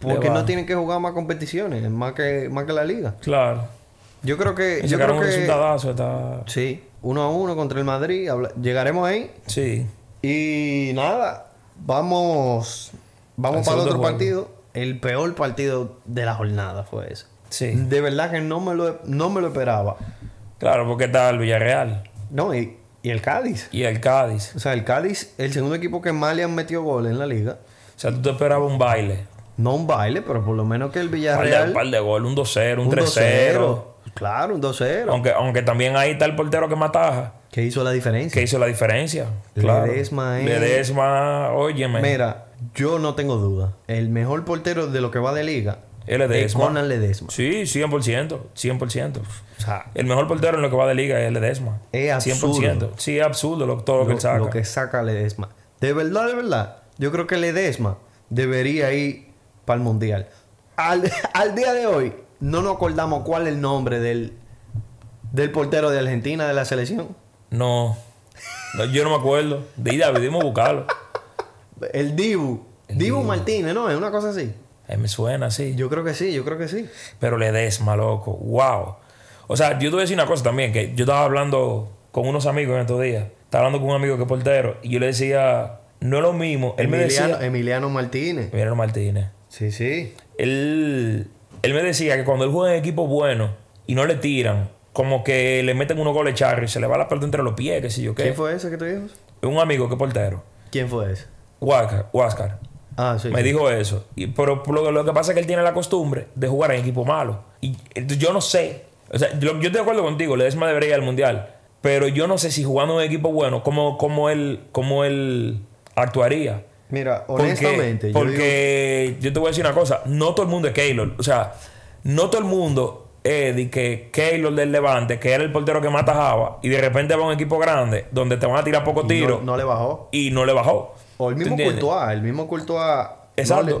Speaker 1: Porque
Speaker 2: va.
Speaker 1: no tienen que jugar más competiciones, más que, más que la liga.
Speaker 2: Claro.
Speaker 1: Yo creo que.
Speaker 2: Y
Speaker 1: Eh, Yo creo
Speaker 2: sacaron un
Speaker 1: que
Speaker 2: resultadazo. Está...
Speaker 1: sí, uno a uno contra el Madrid. habla- llegaremos ahí.
Speaker 2: Sí.
Speaker 1: Y nada, vamos. Vamos para
Speaker 2: Al
Speaker 1: el
Speaker 2: segundo
Speaker 1: otro
Speaker 2: juego.
Speaker 1: partido. El peor partido de la jornada fue ese.
Speaker 2: Sí.
Speaker 1: De verdad que no me lo, no me lo esperaba.
Speaker 2: Claro, porque está el Villarreal
Speaker 1: No, y, y el Cádiz.
Speaker 2: y el Cádiz.
Speaker 1: O sea, el Cádiz, el segundo equipo que más le han metido goles en la liga.
Speaker 2: O sea, tú te esperabas un baile.
Speaker 1: No un baile, pero por lo menos que el
Speaker 2: Un par de,
Speaker 1: Villarreal.
Speaker 2: un par de gol, un 2-0, un,
Speaker 1: un
Speaker 2: 3-0.
Speaker 1: 2-0. Claro, un 2-0.
Speaker 2: Aunque, aunque también ahí está el portero que mataja,
Speaker 1: Que hizo la diferencia.
Speaker 2: que hizo la diferencia. Claro.
Speaker 1: Ledesma, eh.
Speaker 2: Ledesma, óyeme.
Speaker 1: Mira, yo no tengo duda. El mejor portero de lo que va de liga
Speaker 2: el
Speaker 1: es
Speaker 2: Ledesma.
Speaker 1: Conan Ledesma.
Speaker 2: Sí, 100%. 100%.
Speaker 1: O sea,
Speaker 2: El mejor portero en lo que va de liga es Ledesma.
Speaker 1: Es absurdo.
Speaker 2: 100%. Sí, es absurdo lo, todo lo que él
Speaker 1: lo,
Speaker 2: saca.
Speaker 1: lo que saca Ledesma. De verdad, de verdad. Yo creo que Ledesma debería ir para el Mundial. Al, (laughs) al día de hoy, no nos acordamos cuál es el nombre del, del portero de Argentina de la selección.
Speaker 2: No. No, Yo no me acuerdo. De ahí David, dimos a buscarlo.
Speaker 1: El Dibu. Dibu Martínez, ¿no? Es una cosa así.
Speaker 2: Ahí Eh, me suena así.
Speaker 1: Yo creo que sí, yo creo que sí.
Speaker 2: Pero Ledesma, loco. Wow. O sea, yo te voy a decir una cosa también, que yo estaba hablando con unos amigos en estos días. Estaba hablando con un amigo que es portero. Y yo le decía, no es lo mismo. Él me
Speaker 1: Emiliano,
Speaker 2: decía.
Speaker 1: Emiliano Martínez.
Speaker 2: Emiliano Martínez.
Speaker 1: Sí, sí.
Speaker 2: Él, él me decía que cuando él juega en equipo bueno y no le tiran, como que le meten unos goles charri, se le va la pelota entre los pies, qué sé yo
Speaker 1: ¿Quién
Speaker 2: qué.
Speaker 1: fue ese que tú dijo?
Speaker 2: Un amigo que es portero.
Speaker 1: ¿Quién fue ese?
Speaker 2: Huáscar. Huáscar.
Speaker 1: Ah, sí.
Speaker 2: Me dijo eso. Y- pero lo, lo que pasa es que él tiene la costumbre de jugar en equipo malo. Y eh, yo no sé. O sea, yo, yo estoy de acuerdo contigo, Ledesma debería ir al mundial. Pero yo no sé si jugando en un equipo bueno, cómo, cómo él, cómo él actuaría.
Speaker 1: Mira,
Speaker 2: Porque-
Speaker 1: honestamente, yo digo-
Speaker 2: Porque yo, te voy a decir una cosa: no todo el mundo es Keylor. O sea, no todo el mundo es de que Keylor del Levante, que era el portero que más atajaba, y de repente va a un equipo grande donde te van a tirar poco
Speaker 1: no-
Speaker 2: tiro
Speaker 1: no, le bajó.
Speaker 2: y no le bajó.
Speaker 1: O el
Speaker 2: ¿Tú
Speaker 1: mismo
Speaker 2: entiendes?
Speaker 1: Courtois, el mismo Courtois
Speaker 2: Exacto.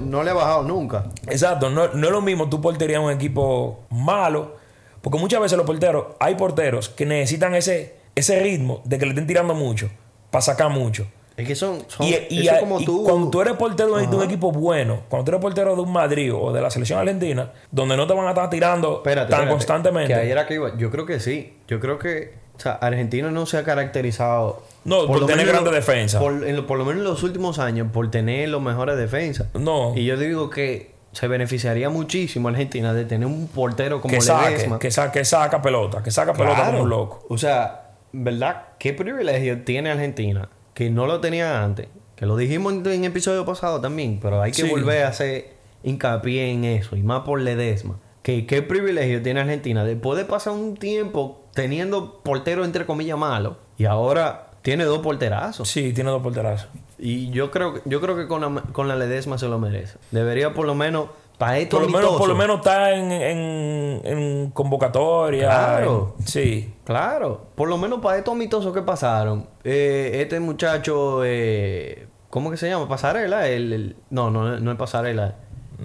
Speaker 1: No, le, no le ha bajado nunca.
Speaker 2: Exacto, no, no es lo mismo tu portería en un equipo malo, porque muchas veces los porteros, hay porteros que necesitan ese, ese ritmo de que le estén tirando mucho, para sacar mucho.
Speaker 1: Es que son, son
Speaker 2: Y, y-
Speaker 1: eso es como
Speaker 2: y
Speaker 1: tú.
Speaker 2: cuando tú eres portero de un equipo bueno, cuando tú eres portero de un Madrid o de la selección argentina, donde no te van a estar tirando
Speaker 1: Espérate,
Speaker 2: tan
Speaker 1: espérate,
Speaker 2: constantemente.
Speaker 1: Que ahí era que iba. Yo creo que sí. Yo creo que o sea, Argentina no se ha caracterizado.
Speaker 2: No, por
Speaker 1: lo
Speaker 2: tener
Speaker 1: menos en lo-
Speaker 2: grandes defensas.
Speaker 1: Por, en lo- por lo menos en los últimos años, por tener los mejores defensas.
Speaker 2: No,
Speaker 1: Y yo digo que se beneficiaría muchísimo Argentina de tener un portero como
Speaker 2: que saque,
Speaker 1: Ledesma.
Speaker 2: que saque, que saca pelota, que saca pelota
Speaker 1: Claro.
Speaker 2: como un loco.
Speaker 1: O sea, ¿verdad? ¿Qué privilegio tiene Argentina? Que no lo tenía antes. Que lo dijimos en en el episodio pasado también, pero hay que
Speaker 2: Sí.
Speaker 1: volver a hacer hincapié en eso, y más por Ledesma. Que, ¿Qué privilegio tiene Argentina? Después de pasar un tiempo teniendo porteros entre comillas malos, y ahora tiene dos porterazos.
Speaker 2: Sí, tiene dos porterazos.
Speaker 1: Y yo creo, que- yo creo que con la, con la Ledesma se lo merece. Debería por lo menos, para esto
Speaker 2: Por lo, menos, por lo
Speaker 1: amistoso.
Speaker 2: menos está en, en- en convocatoria.
Speaker 1: Claro.
Speaker 2: en- sí.
Speaker 1: Claro, por lo menos para estos mitosos que pasaron, eh, este muchacho, eh, ¿cómo que se llama? Pasarela, el, el- no, no, no es Pasarela,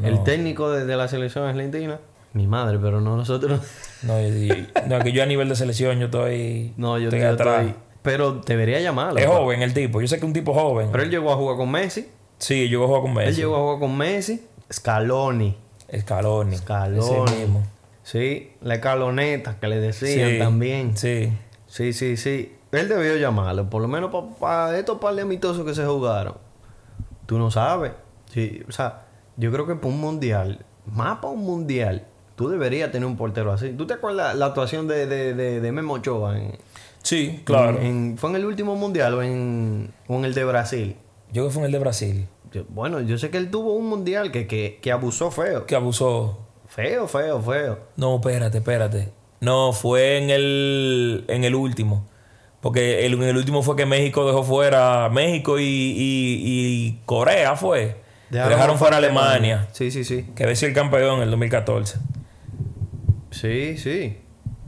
Speaker 1: el técnico de, de la selección argentina, mi madre, pero no nosotros, (laughs)
Speaker 2: No, yo- yo- no, que yo a nivel de selección yo estoy.
Speaker 1: no, yo,
Speaker 2: estoy
Speaker 1: yo
Speaker 2: atrás.
Speaker 1: estoy, pero debería llamarlo.
Speaker 2: Es joven el tipo. Yo sé que es un tipo joven.
Speaker 1: Pero él llegó a jugar con Messi,
Speaker 2: sí, yo juego con
Speaker 1: él
Speaker 2: Messi.
Speaker 1: llegó a jugar con Messi, Scaloni,
Speaker 2: Scaloni.
Speaker 1: Scaloni.
Speaker 2: Ese mismo.
Speaker 1: sí, la escaloneta que le decían
Speaker 2: Sí,
Speaker 1: también.
Speaker 2: Sí.
Speaker 1: Sí, sí, sí. Él debió llamarlo, por lo menos para estos par de amistosos que se jugaron. Tú no sabes. Sí, o sea, yo creo que para un mundial, más para un mundial, tú deberías tener un portero así. ¿Tú te acuerdas la actuación de, de, de, de Memo Ochoa? En,
Speaker 2: Sí, claro.
Speaker 1: en- en- ¿Fue en el último mundial o en, o en el de Brasil?
Speaker 2: Yo creo que fue en el de Brasil.
Speaker 1: Yo- bueno, yo sé que él tuvo un mundial que, que, que abusó feo.
Speaker 2: Que abusó.
Speaker 1: Feo, feo, feo.
Speaker 2: No, espérate, espérate. No, fue en el, en el último. Porque el, en el último fue que México dejó fuera México y, y- y Corea fue. Dejaron, fuera a Alemania.
Speaker 1: Sí, sí, sí.
Speaker 2: Que había sido el campeón en el 2014.
Speaker 1: Sí, sí.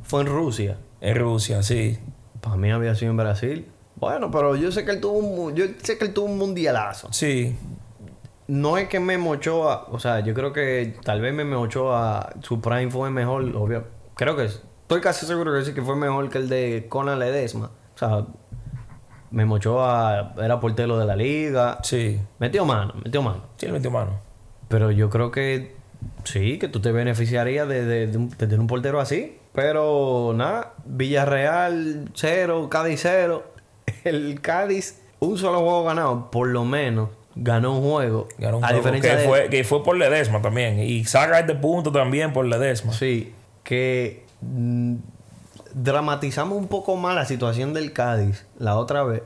Speaker 1: Fue en Rusia.
Speaker 2: En Rusia, sí.
Speaker 1: Para mí había sido en Brasil. Bueno, pero yo sé que él tuvo un, mu- yo sé que él tuvo un mundialazo.
Speaker 2: Sí.
Speaker 1: no es que Memo Ochoa, o sea, yo creo que tal vez Memo Ochoa, su prime fue mejor, obvio. Creo que estoy casi seguro que sí que fue mejor que el de Conan Ledesma. O sea, Memo Ochoa era portero de la liga.
Speaker 2: Sí.
Speaker 1: Metió mano, metió mano.
Speaker 2: Sí, le metió mano.
Speaker 1: Pero yo creo que sí, que tú te beneficiarías de, de- de un- de tener un portero así. Pero nada, Villarreal cero, Cádiz cero. (laughs) El Cádiz, un solo juego ganado, por lo menos, ganó un juego.
Speaker 2: Ganó un
Speaker 1: a
Speaker 2: juego
Speaker 1: diferencia
Speaker 2: que,
Speaker 1: de,
Speaker 2: fue, que fue por Ledesma también. Y saca este punto también por Ledesma.
Speaker 1: Sí, que mm, dramatizamos un poco más la situación del Cádiz la otra vez.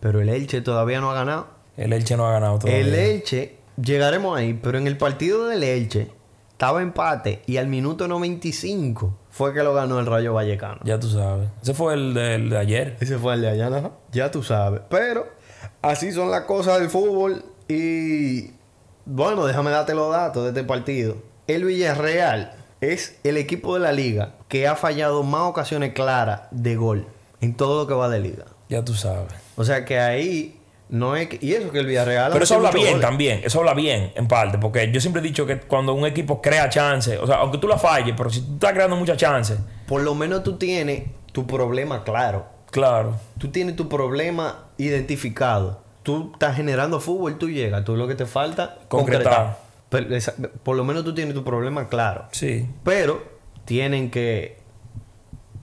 Speaker 1: Pero el Elche todavía no ha ganado.
Speaker 2: El Elche no ha ganado todavía.
Speaker 1: El Elche, llegaremos ahí, pero en el partido del Elche estaba empate y al minuto 95 fue que lo ganó el Rayo Vallecano.
Speaker 2: Ya tú sabes. Ese fue el de, el de ayer.
Speaker 1: Ese fue el de allá, ¿no? ya tú sabes. Pero así son las cosas del fútbol y bueno, déjame darte los datos de este partido. El Villarreal es el equipo de la liga que ha fallado más ocasiones claras de gol en todo lo que va de liga.
Speaker 2: Ya tú sabes.
Speaker 1: O sea que ahí no es... que- Y eso que el Villarreal...
Speaker 2: Pero eso
Speaker 1: hace
Speaker 2: habla
Speaker 1: muchos
Speaker 2: bien
Speaker 1: goles.
Speaker 2: también. Eso habla bien, en parte. Porque yo siempre he dicho que cuando un equipo crea chances, o sea, aunque tú la falles, pero si tú estás creando muchas chances,
Speaker 1: Por lo menos tú tienes tu problema claro.
Speaker 2: claro.
Speaker 1: Tú tienes tu problema identificado. Tú estás generando fútbol, tú llegas. Tú lo que te falta,
Speaker 2: Concretar.
Speaker 1: Pero esa- por lo menos tú tienes tu problema claro.
Speaker 2: Sí.
Speaker 1: Pero tienen que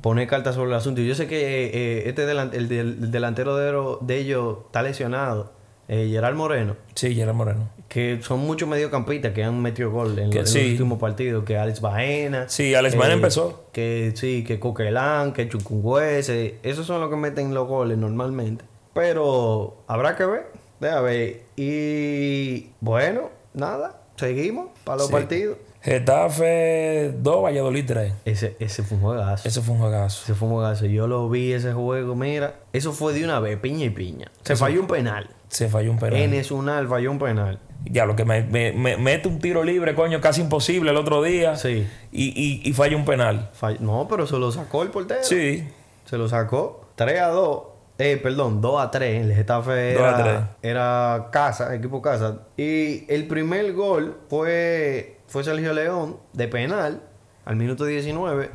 Speaker 1: poner cartas sobre el asunto. Y Yo sé que eh, este delan- el, del- el delantero de, oro- de ellos está lesionado, eh, Gerard Moreno.
Speaker 2: Sí, Gerard Moreno.
Speaker 1: Que son muchos mediocampistas que han metido gol en,
Speaker 2: Que
Speaker 1: los, en
Speaker 2: sí.
Speaker 1: los últimos partidos. Que Alex Baena. eh,
Speaker 2: Sí, Alex Baena empezó.
Speaker 1: Que sí, que Coquelán, que Chucungüese. Esos son los que meten los goles normalmente. Pero habrá que ver. Deja ver. Y bueno, nada. Seguimos para los partidos.
Speaker 2: Getafe 2, Valladolid 3.
Speaker 1: Ese, ese fue un juegazo.
Speaker 2: Eso fue un juegazo.
Speaker 1: Ese fue un juegazo. Yo lo vi ese juego. Mira, eso fue de una vez, piña y piña. Se falló un penal.
Speaker 2: Se falló un penal.
Speaker 1: En Esunal falló un penal.
Speaker 2: Ya, lo que me, me- me- mete un tiro libre, coño, casi imposible el otro día.
Speaker 1: Sí.
Speaker 2: Y, y, y falla un penal.
Speaker 1: Fall- No, pero se lo sacó el portero.
Speaker 2: Sí.
Speaker 1: Se lo sacó 3 a 2. Eh, perdón, 2 a 3. El Getafe
Speaker 2: 2 a
Speaker 1: era, era casa, equipo casa. Y el primer gol fue, fue Sergio León de penal al minuto 19.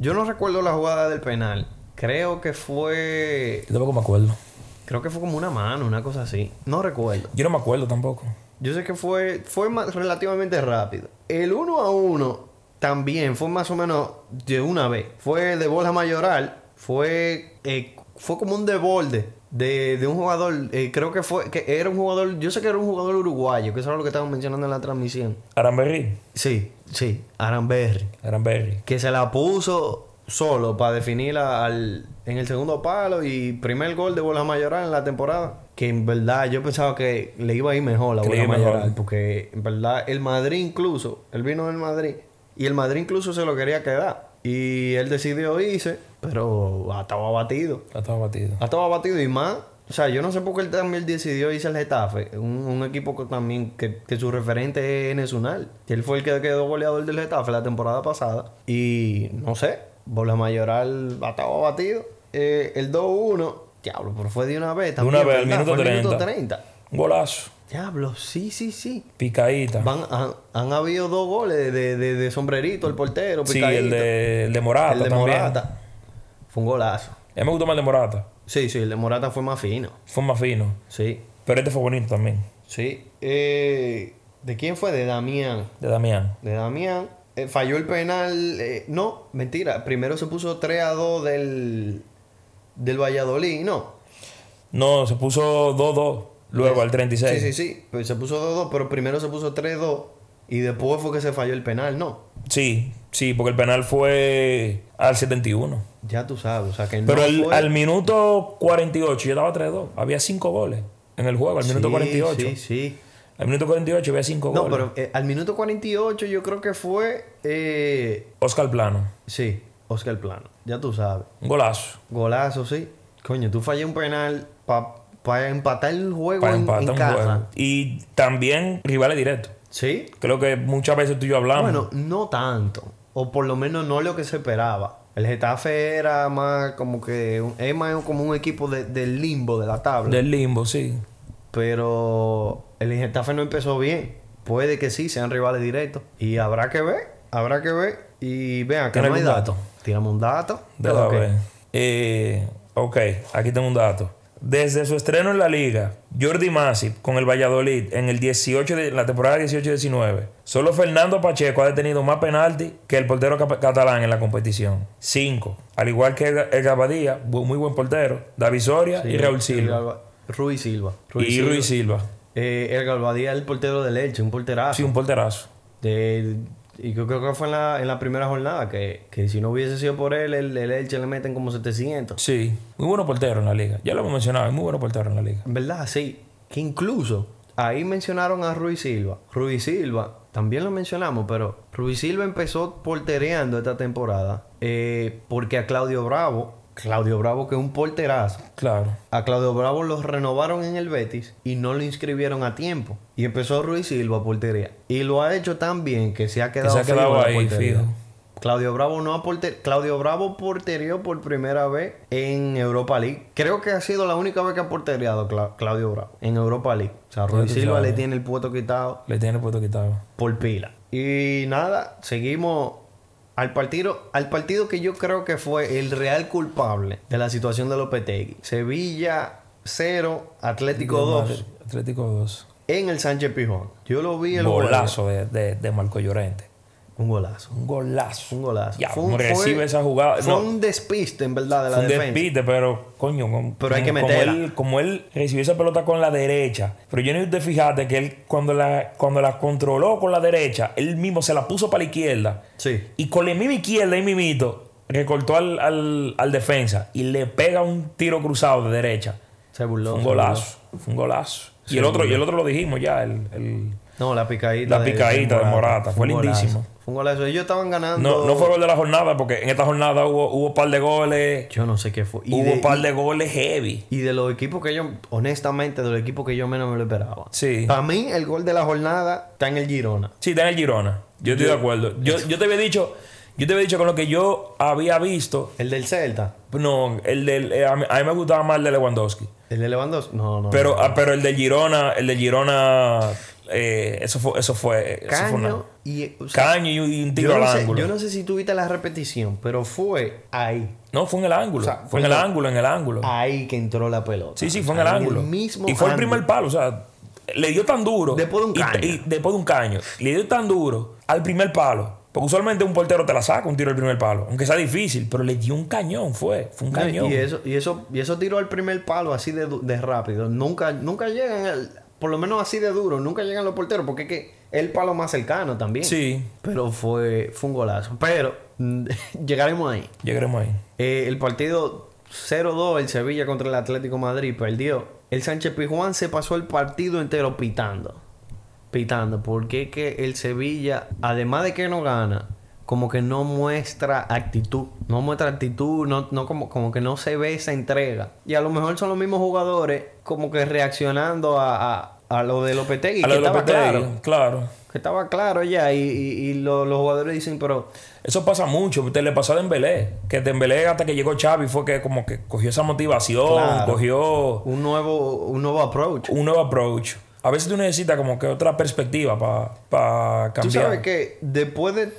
Speaker 1: Yo no recuerdo la jugada del penal. Creo que fue.
Speaker 2: Yo tampoco me acuerdo.
Speaker 1: Creo que fue como una mano, una cosa así. No recuerdo.
Speaker 2: Yo no me acuerdo tampoco.
Speaker 1: Yo sé que fue, fue ma- relativamente rápido. El 1 a 1 también fue más o menos de una vez. Fue de bola mayoral. Fue, eh, fue como un desborde de, de un jugador. eh, creo que fue que era un jugador. Yo sé que era un jugador uruguayo, que eso era lo que estaban mencionando en la transmisión.
Speaker 2: Aramberry.
Speaker 1: Sí, sí, Aramberri.
Speaker 2: Aramberry.
Speaker 1: Que se la puso solo para definir a- al, en el segundo palo y primer gol de bola mayoral en la temporada. Que en verdad yo pensaba que le iba a ir mejor la
Speaker 2: Que le
Speaker 1: bola
Speaker 2: iba mejor.
Speaker 1: mayoral. Porque en verdad el Madrid incluso, él vino del Madrid y el Madrid incluso se lo quería quedar. Y él decidió irse, pero estaba batido.
Speaker 2: La estaba batida.
Speaker 1: Estaba batido y más. O sea, yo no sé por qué él también decidió irse al Getafe. Un, un equipo que también que, que su referente es Nesunal. Que él fue el que quedó goleador del Getafe la temporada pasada. Y no sé, Bola Mayoral estaba batido. Eh, el 2-1, diablo, pero fue de una vez también.
Speaker 2: una vez, al
Speaker 1: ¿verdad?
Speaker 2: minuto
Speaker 1: Fue al
Speaker 2: 30. Un golazo.
Speaker 1: Diablo, sí, sí, sí.
Speaker 2: Picadita.
Speaker 1: Van, han, han habido dos goles de, de- de- de sombrerito, el portero,
Speaker 2: sí,
Speaker 1: picadito.
Speaker 2: el de, el de Morata
Speaker 1: el de
Speaker 2: también.
Speaker 1: Morata. Fue un golazo.
Speaker 2: A mí me gustó más el de Morata.
Speaker 1: Sí, sí, el de Morata fue más fino.
Speaker 2: Fue más fino.
Speaker 1: Sí.
Speaker 2: Pero este fue bonito también.
Speaker 1: Sí. eh, ¿De quién fue? De Damián.
Speaker 2: De Damián.
Speaker 1: De Damián. Eh, falló el penal. eh, no, mentira. Primero se puso 3 a 2 del, del Valladolid. No.
Speaker 2: No, se puso 2-2. Luego al 36.
Speaker 1: Sí, sí, sí. Pues se puso 2 2, pero primero se puso 3 2. Y después fue que se falló el penal. No.
Speaker 2: Sí, sí, porque el penal fue al 71.
Speaker 1: Ya tú sabes. O sea que no.
Speaker 2: Pero el-
Speaker 1: fue-
Speaker 2: al minuto 48 yo estaba 3-2. Había 5 goles en el juego, al minuto
Speaker 1: Sí,
Speaker 2: 48.
Speaker 1: Sí, sí.
Speaker 2: Al minuto 48 había 5
Speaker 1: No,
Speaker 2: goles.
Speaker 1: pero eh, al minuto 48 yo creo que fue. eh,
Speaker 2: Oscar Plano,
Speaker 1: sí, Oscar Plano. Ya tú sabes.
Speaker 2: un golazo.
Speaker 1: Golazo, sí. Coño, tú fallé un penal para empatar el juego
Speaker 2: Para
Speaker 1: en, en
Speaker 2: empatar un
Speaker 1: casa.
Speaker 2: juego. Y también rivales directos.
Speaker 1: Sí.
Speaker 2: Creo que muchas veces tú y yo hablamos.
Speaker 1: Bueno, no tanto. O por lo menos no lo que se esperaba. El Getafe era más como que... un- Es más como un equipo de- del limbo de la tabla.
Speaker 2: Del limbo, sí.
Speaker 1: Pero el Getafe no empezó bien. Puede que sí, sean rivales directos. Y habrá que ver, habrá que ver. Y vean, que
Speaker 2: ¿Tiene
Speaker 1: no hay
Speaker 2: algún
Speaker 1: dato. Tiramos un dato.
Speaker 2: De la
Speaker 1: Ok.
Speaker 2: vez. Eh, ok, aquí tengo un dato. Desde su estreno en la liga, Jordi Masip con el Valladolid en el 18 de, en la temporada 18-19, solo Fernando Pacheco ha detenido más penalti que el portero capa- catalán en la competición. Cinco. Al igual que Edgar Edgar Badía, bu- muy buen portero, David Soria y Raúl Silva.
Speaker 1: Galva- Ruiz Silva.
Speaker 2: y Ruiz Silva.
Speaker 1: Eh, el Galvadía el portero de leche, Ah, un porterazo.
Speaker 2: Sí, un porterazo.
Speaker 1: De- y yo creo que fue en la, en la primera jornada que, que si no hubiese sido por él, el, el Elche le meten como 700.
Speaker 2: Sí, muy bueno portero en la liga. Ya lo hemos mencionado, es muy bueno portero en la liga.
Speaker 1: En verdad, sí. Que incluso ahí mencionaron a Ruiz Silva. Ruiz Silva, también lo mencionamos, pero Ruiz Silva empezó portereando esta temporada eh, porque a Claudio Bravo, Claudio Bravo que es un porterazo,
Speaker 2: Claro.
Speaker 1: a Claudio Bravo los renovaron en el Betis y no lo inscribieron a tiempo. Y empezó Ruiz Silva a portería. Y lo ha hecho tan bien que se ha quedado,
Speaker 2: se ha quedado
Speaker 1: en la
Speaker 2: ahí,
Speaker 1: portería.
Speaker 2: fijo.
Speaker 1: Claudio Bravo no ha porter- Claudio Bravo porterió por primera vez en Europa League. Creo que ha sido la única vez que ha porteriado Cla- Claudio Bravo en Europa League. O sea, Ruiz
Speaker 2: tú
Speaker 1: Silva
Speaker 2: sabes.
Speaker 1: le tiene el puesto quitado
Speaker 2: Le tiene el puesto quitado.
Speaker 1: por pila. Y nada, seguimos al partido, al partido que yo creo que fue el real culpable de la situación de Lopetegui. Sevilla 0, Atlético 2
Speaker 2: Atlético 2.
Speaker 1: en el Sánchez Pijón. Yo lo vi el jueves.
Speaker 2: golazo de, de- de Marco Llorente.
Speaker 1: Un golazo.
Speaker 2: Un golazo.
Speaker 1: Un golazo.
Speaker 2: Ya,
Speaker 1: Fue un-
Speaker 2: como
Speaker 1: fue-
Speaker 2: recibe esa jugada.
Speaker 1: Fue
Speaker 2: No,
Speaker 1: un despiste, en verdad, de la
Speaker 2: fue un
Speaker 1: defensa.
Speaker 2: despiste, pero coño. como-
Speaker 1: Pero hay que
Speaker 2: como-
Speaker 1: meterla.
Speaker 2: Como él, como él recibió esa pelota con la derecha. Pero yo ni te fijaste que él, cuando la, cuando la controló con la derecha, él mismo se la puso para la izquierda.
Speaker 1: Sí.
Speaker 2: Y con la misma izquierda y mimito, recortó al, al, al defensa y le pega un tiro cruzado de derecha.
Speaker 1: Se burló.
Speaker 2: Fue un
Speaker 1: se burló.
Speaker 2: golazo. Fue un golazo. Y el otro, y el otro lo dijimos ya, el- el
Speaker 1: No, la picadita.
Speaker 2: La picadita de Morata. Fue
Speaker 1: un golazo.
Speaker 2: lindísimo.
Speaker 1: Fue un golazo. Ellos estaban ganando.
Speaker 2: No, no fue gol de la jornada, porque en esta jornada hubo, hubo par de goles.
Speaker 1: Yo no sé qué fue. Y
Speaker 2: hubo
Speaker 1: de-
Speaker 2: par de goles heavy.
Speaker 1: Y de los equipos que yo, honestamente, de los equipos que yo menos me lo esperaba.
Speaker 2: Sí.
Speaker 1: Para mí, el gol de la jornada está en el Girona.
Speaker 2: Sí, está en el Girona. Yo estoy de acuerdo.
Speaker 1: (laughs)
Speaker 2: Yo, yo te había dicho, yo te había dicho con lo que yo había visto.
Speaker 1: El del Celta.
Speaker 2: No, el del. eh, a, mí, a mí me gustaba más el de Lewandowski.
Speaker 1: El de Lewandowski. No, no.
Speaker 2: Pero, ah, pero el de Girona, el de Girona, eh, eso fue, eso fue. eso fue una-
Speaker 1: Caño y. o sea,
Speaker 2: caño y un- y un tiro
Speaker 1: yo, no
Speaker 2: al
Speaker 1: sé,
Speaker 2: ángulo.
Speaker 1: yo
Speaker 2: no...
Speaker 1: no sé si tuviste la repetición, pero fue ahí.
Speaker 2: fue en el ángulo.
Speaker 1: sea,
Speaker 2: fue en el
Speaker 1: perdón.
Speaker 2: ángulo, en el ángulo.
Speaker 1: Ahí que entró la pelota.
Speaker 2: Sí, sí,
Speaker 1: O
Speaker 2: fue en
Speaker 1: sea,
Speaker 2: el ángulo.
Speaker 1: Ah, mismo
Speaker 2: y fue el
Speaker 1: ángulo.
Speaker 2: primer palo, o sea, le dio tan duro.
Speaker 1: Después de un
Speaker 2: y-
Speaker 1: caño.
Speaker 2: Y, después de un caño. Le dio tan duro al primer palo. Porque usualmente un portero te la saca un tiro al primer palo. Aunque sea difícil, pero le dio un cañón, fue. Fue un
Speaker 1: No,
Speaker 2: cañón.
Speaker 1: Y eso, y eso, y eso tiró al primer palo así de, du- de rápido. Nunca, nunca llegan, al- por lo menos así de duro, nunca llegan los porteros, porque es que es el palo más cercano también.
Speaker 2: Sí,
Speaker 1: Pero fue, fue un golazo. Pero (laughs) mm, llegaremos ahí.
Speaker 2: llegaremos ahí.
Speaker 1: Eh, el partido 0-2, el Sevilla contra el Atlético Madrid, perdió. El Sánchez Pijuán se pasó el partido entero pitando. Pitando. Porque es que el Sevilla, además de que no gana, como que no muestra actitud. No muestra actitud, no, no como, como que no se ve esa entrega. Y a lo mejor son los mismos jugadores como que reaccionando a, a- a lo de Lopetegui.
Speaker 2: A
Speaker 1: que
Speaker 2: lo de
Speaker 1: estaba
Speaker 2: Lopetegui,
Speaker 1: claro.
Speaker 2: claro.
Speaker 1: Que estaba claro ya. Y, y- y lo- los jugadores dicen, pero
Speaker 2: Eso pasa mucho. Te le pasó a Dembélé. Que Dembélé hasta que llegó Xavi fue que como que cogió esa motivación,
Speaker 1: Claro.
Speaker 2: cogió...
Speaker 1: un nuevo, un nuevo approach.
Speaker 2: un nuevo approach. A veces tú necesitas como que otra perspectiva para cambiar.
Speaker 1: Tú sabes que después de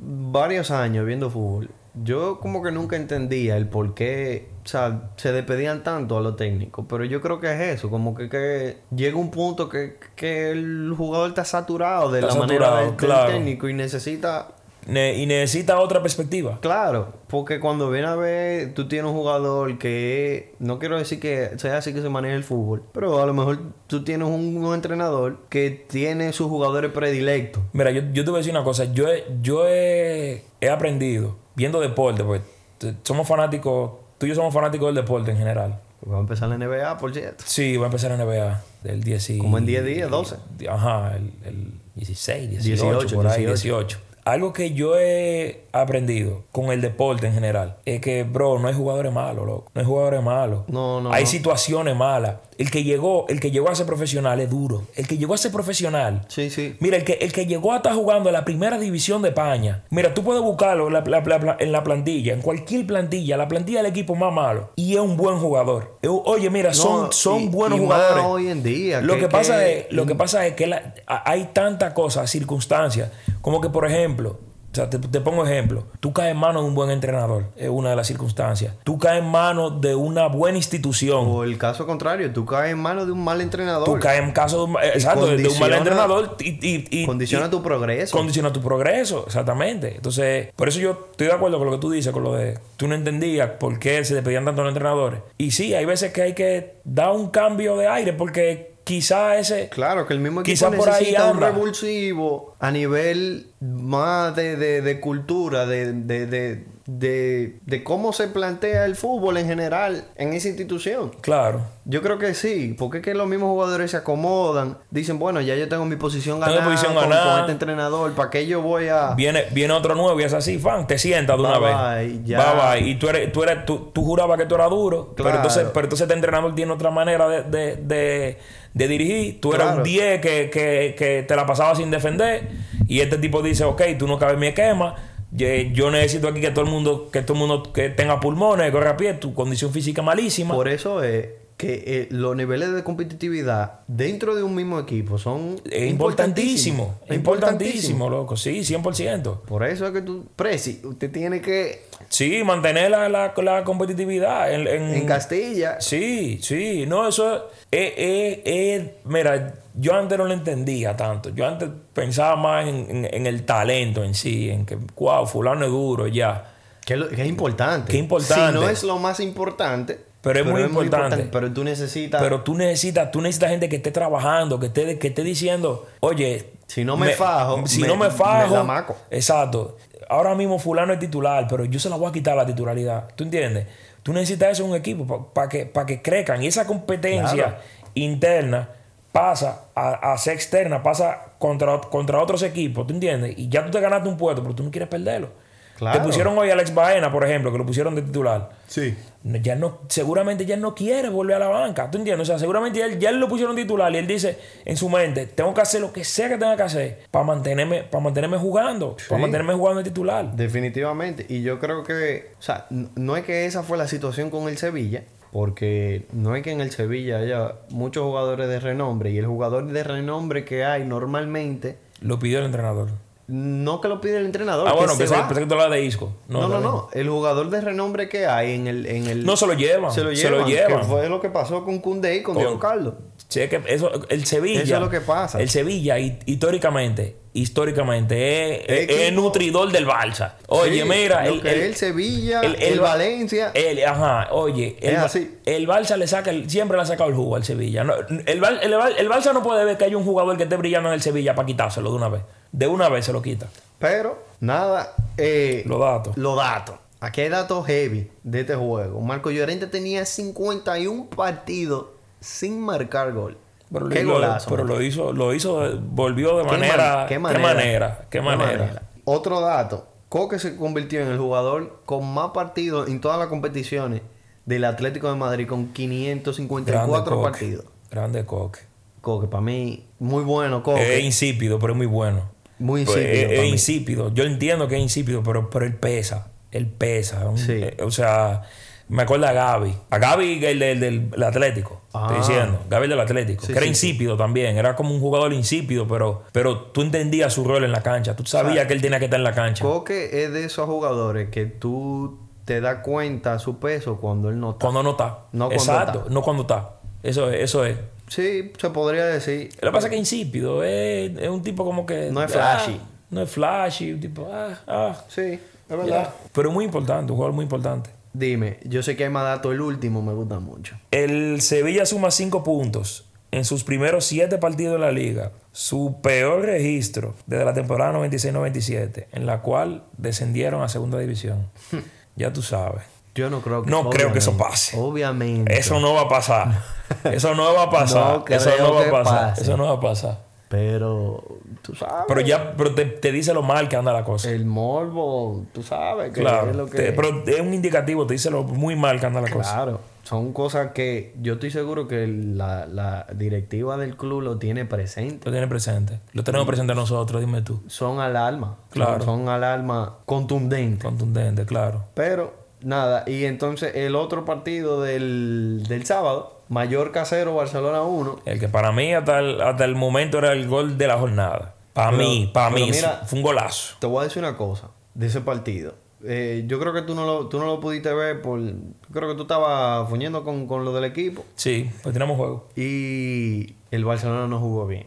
Speaker 1: varios años viendo fútbol, yo como que nunca entendía el por qué, o sea, se despedían tanto a los técnicos. Pero yo creo que es eso, como que, que llega un punto que, que el jugador está saturado de
Speaker 2: Está
Speaker 1: la manera
Speaker 2: saturado,
Speaker 1: del, del
Speaker 2: claro.
Speaker 1: técnico y necesita...
Speaker 2: Ne- y necesita otra perspectiva.
Speaker 1: Claro, porque cuando viene a ver, tú tienes un jugador que no quiero decir que sea así que se maneja el fútbol, pero a lo mejor tú tienes un, un entrenador que tiene sus jugadores predilectos.
Speaker 2: Mira, yo, yo te voy a decir una cosa. Yo he, yo he, he aprendido viendo deporte, porque t- somos fanáticos, tú y yo somos fanáticos del deporte en general.
Speaker 1: Va a empezar la NBA, por cierto.
Speaker 2: Sí, va a empezar la NBA del 10 y-
Speaker 1: Como en 10 días, 12.
Speaker 2: Ajá, el, el 16, 18,
Speaker 1: 18,
Speaker 2: por ahí,
Speaker 1: 18.
Speaker 2: 18. algo que yo he aprendido con el deporte en general es que, bro, no hay jugadores malos, loco. No hay jugadores malos.
Speaker 1: No, no,
Speaker 2: Hay
Speaker 1: no.
Speaker 2: situaciones malas. El que llegó, el que llegó a ser profesional es duro. El que llegó a ser profesional
Speaker 1: Sí, sí.
Speaker 2: Mira, el que, el que llegó a estar jugando en la primera división de España, mira, tú puedes buscarlo en la, la- la- la- en la plantilla, en cualquier plantilla, la plantilla del equipo más malo, y es un buen jugador. Eh, Oye, mira,
Speaker 1: No,
Speaker 2: son, son
Speaker 1: y-
Speaker 2: buenos
Speaker 1: y más
Speaker 2: jugadores.
Speaker 1: hoy en día,
Speaker 2: Lo
Speaker 1: que-
Speaker 2: que, pasa
Speaker 1: que-
Speaker 2: es, lo que pasa es que la- a- hay tantas cosas, circunstancias, como que, por ejemplo, o sea, te, te pongo ejemplo. Tú caes en manos de un buen entrenador, es una de las circunstancias. Tú caes en manos de una buena institución.
Speaker 1: O el caso contrario, tú caes en manos de un mal entrenador.
Speaker 2: Tú caes en caso de un, eh, exacto, de- de un mal
Speaker 1: condiciona-
Speaker 2: entrenador y, y- y-
Speaker 1: condiciona
Speaker 2: y-
Speaker 1: tu progreso.
Speaker 2: condiciona tu progreso, exactamente. Entonces, por eso yo estoy de acuerdo con lo que tú dices, con lo de tú no entendías por qué se despedían tanto los entrenadores. Y sí, hay veces que hay que dar un cambio de aire porque quizá ese...
Speaker 1: Claro, que el mismo equipo
Speaker 2: Quizá por ahí
Speaker 1: necesita un
Speaker 2: anda.
Speaker 1: revulsivo a nivel más de, de- de cultura, de, de- de- de- de cómo se plantea el fútbol en general en esa institución.
Speaker 2: Claro.
Speaker 1: Yo creo que sí, porque es que los mismos jugadores se acomodan, dicen, bueno, ya yo tengo mi posición
Speaker 2: Tengo
Speaker 1: ganada,
Speaker 2: posición
Speaker 1: con,
Speaker 2: ganada.
Speaker 1: con este entrenador, ¿para qué yo voy a...?
Speaker 2: Viene, viene otro nuevo y es así, fan, te sientas de una
Speaker 1: Ah. Bye,
Speaker 2: vez.
Speaker 1: bye, ya.
Speaker 2: Bye, bye. Y tú eres, tú eres, tú, tú jurabas que tú eras
Speaker 1: Claro.
Speaker 2: duro, pero entonces, pero entonces este entrenador tiene otra manera de, de, de- de dirigir. Tú eras
Speaker 1: Claro.
Speaker 2: un 10 que, que, que te la pasabas sin defender. Y este tipo dice, ok, tú no cabes en mi esquema. Yo, yo necesito aquí que todo el mundo, que todo el mundo que tenga pulmones, que corra a pie, tu condición física malísima.
Speaker 1: Por eso es que eh, los niveles de competitividad dentro de un mismo equipo son
Speaker 2: es importantísimo,
Speaker 1: importantísimos.
Speaker 2: es importantísimo, loco. Sí, 100%.
Speaker 1: Por eso es que tú, Presi, usted tiene que
Speaker 2: Sí, mantener la, la, la competitividad en,
Speaker 1: en Castilla.
Speaker 2: Sí, sí, no, eso es, es- es- mira, yo antes no lo entendía tanto, yo antes pensaba más en, en- en el talento en sí, en que, wow, fulano es duro, ya.
Speaker 1: Que, lo- que es importante.
Speaker 2: Qué importante.
Speaker 1: Si no es lo más importante.
Speaker 2: Pero es muy importante.
Speaker 1: Pero tú necesitas.
Speaker 2: Pero tú necesitas, tú necesitas gente que esté trabajando, que esté, que esté diciendo, oye,
Speaker 1: Si no me fajo,
Speaker 2: si
Speaker 1: me-
Speaker 2: no me fajo,
Speaker 1: me la maco.
Speaker 2: exacto. Ahora mismo fulano es titular, pero yo se la voy a quitar la titularidad. ¿Tú entiendes? Tú necesitas eso en un equipo para que, pa' que crezcan. Y esa competencia
Speaker 1: Claro.
Speaker 2: interna pasa a, a ser externa, pasa contra, contra otros equipos, ¿tú entiendes? Y ya tú te ganaste un puesto, pero tú no quieres perderlo.
Speaker 1: Claro.
Speaker 2: Te pusieron hoy a Alex Baena, por ejemplo, que lo pusieron de titular
Speaker 1: sí.
Speaker 2: no- ya no, seguramente ya él no quiere volver a la banca. ¿Tú entiendes? O sea, seguramente ya, él- ya él lo pusieron titular y él dice en su mente, tengo que hacer lo que sea que tenga que hacer para mantenerme, para mantenerme jugando, para mantenerme jugando de titular.
Speaker 1: Definitivamente. Y yo creo que. O sea, n- no es que esa fue la situación con el Sevilla. Porque no es que en el Sevilla haya muchos jugadores de renombre. Y el jugador de renombre que hay normalmente.
Speaker 2: Lo pidió el entrenador.
Speaker 1: No que lo pide el entrenador.
Speaker 2: ah,
Speaker 1: que
Speaker 2: bueno,
Speaker 1: se
Speaker 2: pensé,
Speaker 1: va.
Speaker 2: pensé que tú hablabas de Isco. No,
Speaker 1: No, no,
Speaker 2: también.
Speaker 1: no. El jugador de renombre que hay en el. En el
Speaker 2: No se lo llevan.
Speaker 1: se lo llevan.
Speaker 2: llevan.
Speaker 1: Que fue lo que pasó con Cundé y con
Speaker 2: Con-
Speaker 1: Diego Carlos.
Speaker 2: Sí, es que eso, el Sevilla.
Speaker 1: Eso es lo que pasa.
Speaker 2: El Sevilla, hi- históricamente, históricamente, es, es- es
Speaker 1: Equipo-
Speaker 2: nutridor del Balsa. Oye,
Speaker 1: Sí,
Speaker 2: mira,
Speaker 1: lo
Speaker 2: el,
Speaker 1: que
Speaker 2: el-
Speaker 1: es el Sevilla, el,
Speaker 2: Ba-
Speaker 1: Valencia.
Speaker 2: el- ajá, oye, el,
Speaker 1: Es
Speaker 2: Ba-
Speaker 1: así.
Speaker 2: el Barça le saca, el- siempre le ha sacado el jugo al Sevilla. No, el, Bal- el, Bal- el Barça no puede ver que hay un jugador que esté brillando en el Sevilla para quitárselo de una vez. De una vez se lo quita.
Speaker 1: Pero, nada. eh,
Speaker 2: Los datos.
Speaker 1: los datos. Aquí hay datos heavy de este juego. Marco Llorente tenía 51 partidos sin marcar gol.
Speaker 2: Pero,
Speaker 1: Qué
Speaker 2: lo,
Speaker 1: golazo.
Speaker 2: pero
Speaker 1: man.
Speaker 2: lo hizo, lo hizo, volvió de
Speaker 1: Qué
Speaker 2: manera,
Speaker 1: man-
Speaker 2: qué manera, qué manera,
Speaker 1: qué manera. Otro dato. Coque se convirtió en el jugador con más partidos en todas las competiciones del Atlético de Madrid con
Speaker 2: Grande
Speaker 1: 554
Speaker 2: Coque.
Speaker 1: partidos.
Speaker 2: Grande coque.
Speaker 1: Coque, para mí, muy bueno,
Speaker 2: Es
Speaker 1: Coque.
Speaker 2: insípido, pero es muy bueno.
Speaker 1: muy
Speaker 2: Pues,
Speaker 1: insípido.
Speaker 2: es,
Speaker 1: pa'
Speaker 2: es
Speaker 1: mí.
Speaker 2: insípido. Yo entiendo que es insípido, pero, pero él pesa. Él pesa. Un-
Speaker 1: Sí.
Speaker 2: eh, o sea, me acuerdo a Gaby. A Gaby, el del, del- del Atlético.
Speaker 1: Ah.
Speaker 2: Estoy diciendo. Gaby del Atlético.
Speaker 1: Sí,
Speaker 2: que era
Speaker 1: sí,
Speaker 2: insípido también. Era como un jugador insípido, pero, pero tú entendías su rol en la cancha. Tú sabías que él tenía que estar en la cancha.
Speaker 1: Coque es de esos jugadores que tú te das cuenta su peso cuando él no está.
Speaker 2: Cuando no está.
Speaker 1: No cuando
Speaker 2: Exacto.
Speaker 1: está.
Speaker 2: No cuando está. Eso es. Eso es.
Speaker 1: Sí, se podría decir.
Speaker 2: Lo que pasa es que es insípido. Es, es un tipo como que.
Speaker 1: No es
Speaker 2: ah,
Speaker 1: flashy.
Speaker 2: no es flashy. Un tipo. Ah, ah.
Speaker 1: Sí, es verdad.
Speaker 2: ya. Pero muy importante. Un jugador muy importante.
Speaker 1: Dime, yo sé que hay más datos. El último me gusta mucho.
Speaker 2: El Sevilla suma 5 puntos en sus primeros 7 partidos de la liga. Su peor registro desde la temporada 96-97, en la cual descendieron a
Speaker 1: (laughs)
Speaker 2: segunda división. Ya tú sabes.
Speaker 1: Yo no creo que
Speaker 2: No creo que eso
Speaker 1: obviamente,
Speaker 2: pase.
Speaker 1: Obviamente.
Speaker 2: Eso no va a pasar. Eso no va a pasar.
Speaker 1: (laughs) No
Speaker 2: eso
Speaker 1: creo
Speaker 2: no va
Speaker 1: que
Speaker 2: a pasar.
Speaker 1: pase.
Speaker 2: Eso no va a pasar.
Speaker 1: Pero, tú sabes.
Speaker 2: Pero ya pero te, te dice lo mal que anda la cosa.
Speaker 1: El morbo, tú sabes que
Speaker 2: claro.
Speaker 1: es lo que.
Speaker 2: Te- pero es un indicativo, te dice lo muy mal que anda la cosa.
Speaker 1: Claro, son cosas que yo estoy seguro que la, la directiva del club lo tiene presente.
Speaker 2: Lo tiene presente. Lo tenemos presente nosotros, dime tú.
Speaker 1: Son alarma.
Speaker 2: Claro.
Speaker 1: Son, son alarma contundente.
Speaker 2: Contundente, claro.
Speaker 1: Pero, nada, y entonces el otro partido del, del sábado, Mallorca 0, Barcelona 1.
Speaker 2: El que para mí hasta el, hasta el momento era el gol de la jornada. Para
Speaker 1: Pero-
Speaker 2: mí, para
Speaker 1: pero
Speaker 2: mí.
Speaker 1: mira-
Speaker 2: fue un golazo.
Speaker 1: Te voy a decir una cosa de ese partido. Eh, yo creo que tú no lo, tú no lo pudiste ver por... Creo que tú estabas fuñendo con, con lo del equipo.
Speaker 2: Sí, pues tenemos juego.
Speaker 1: Y el Barcelona no jugó bien.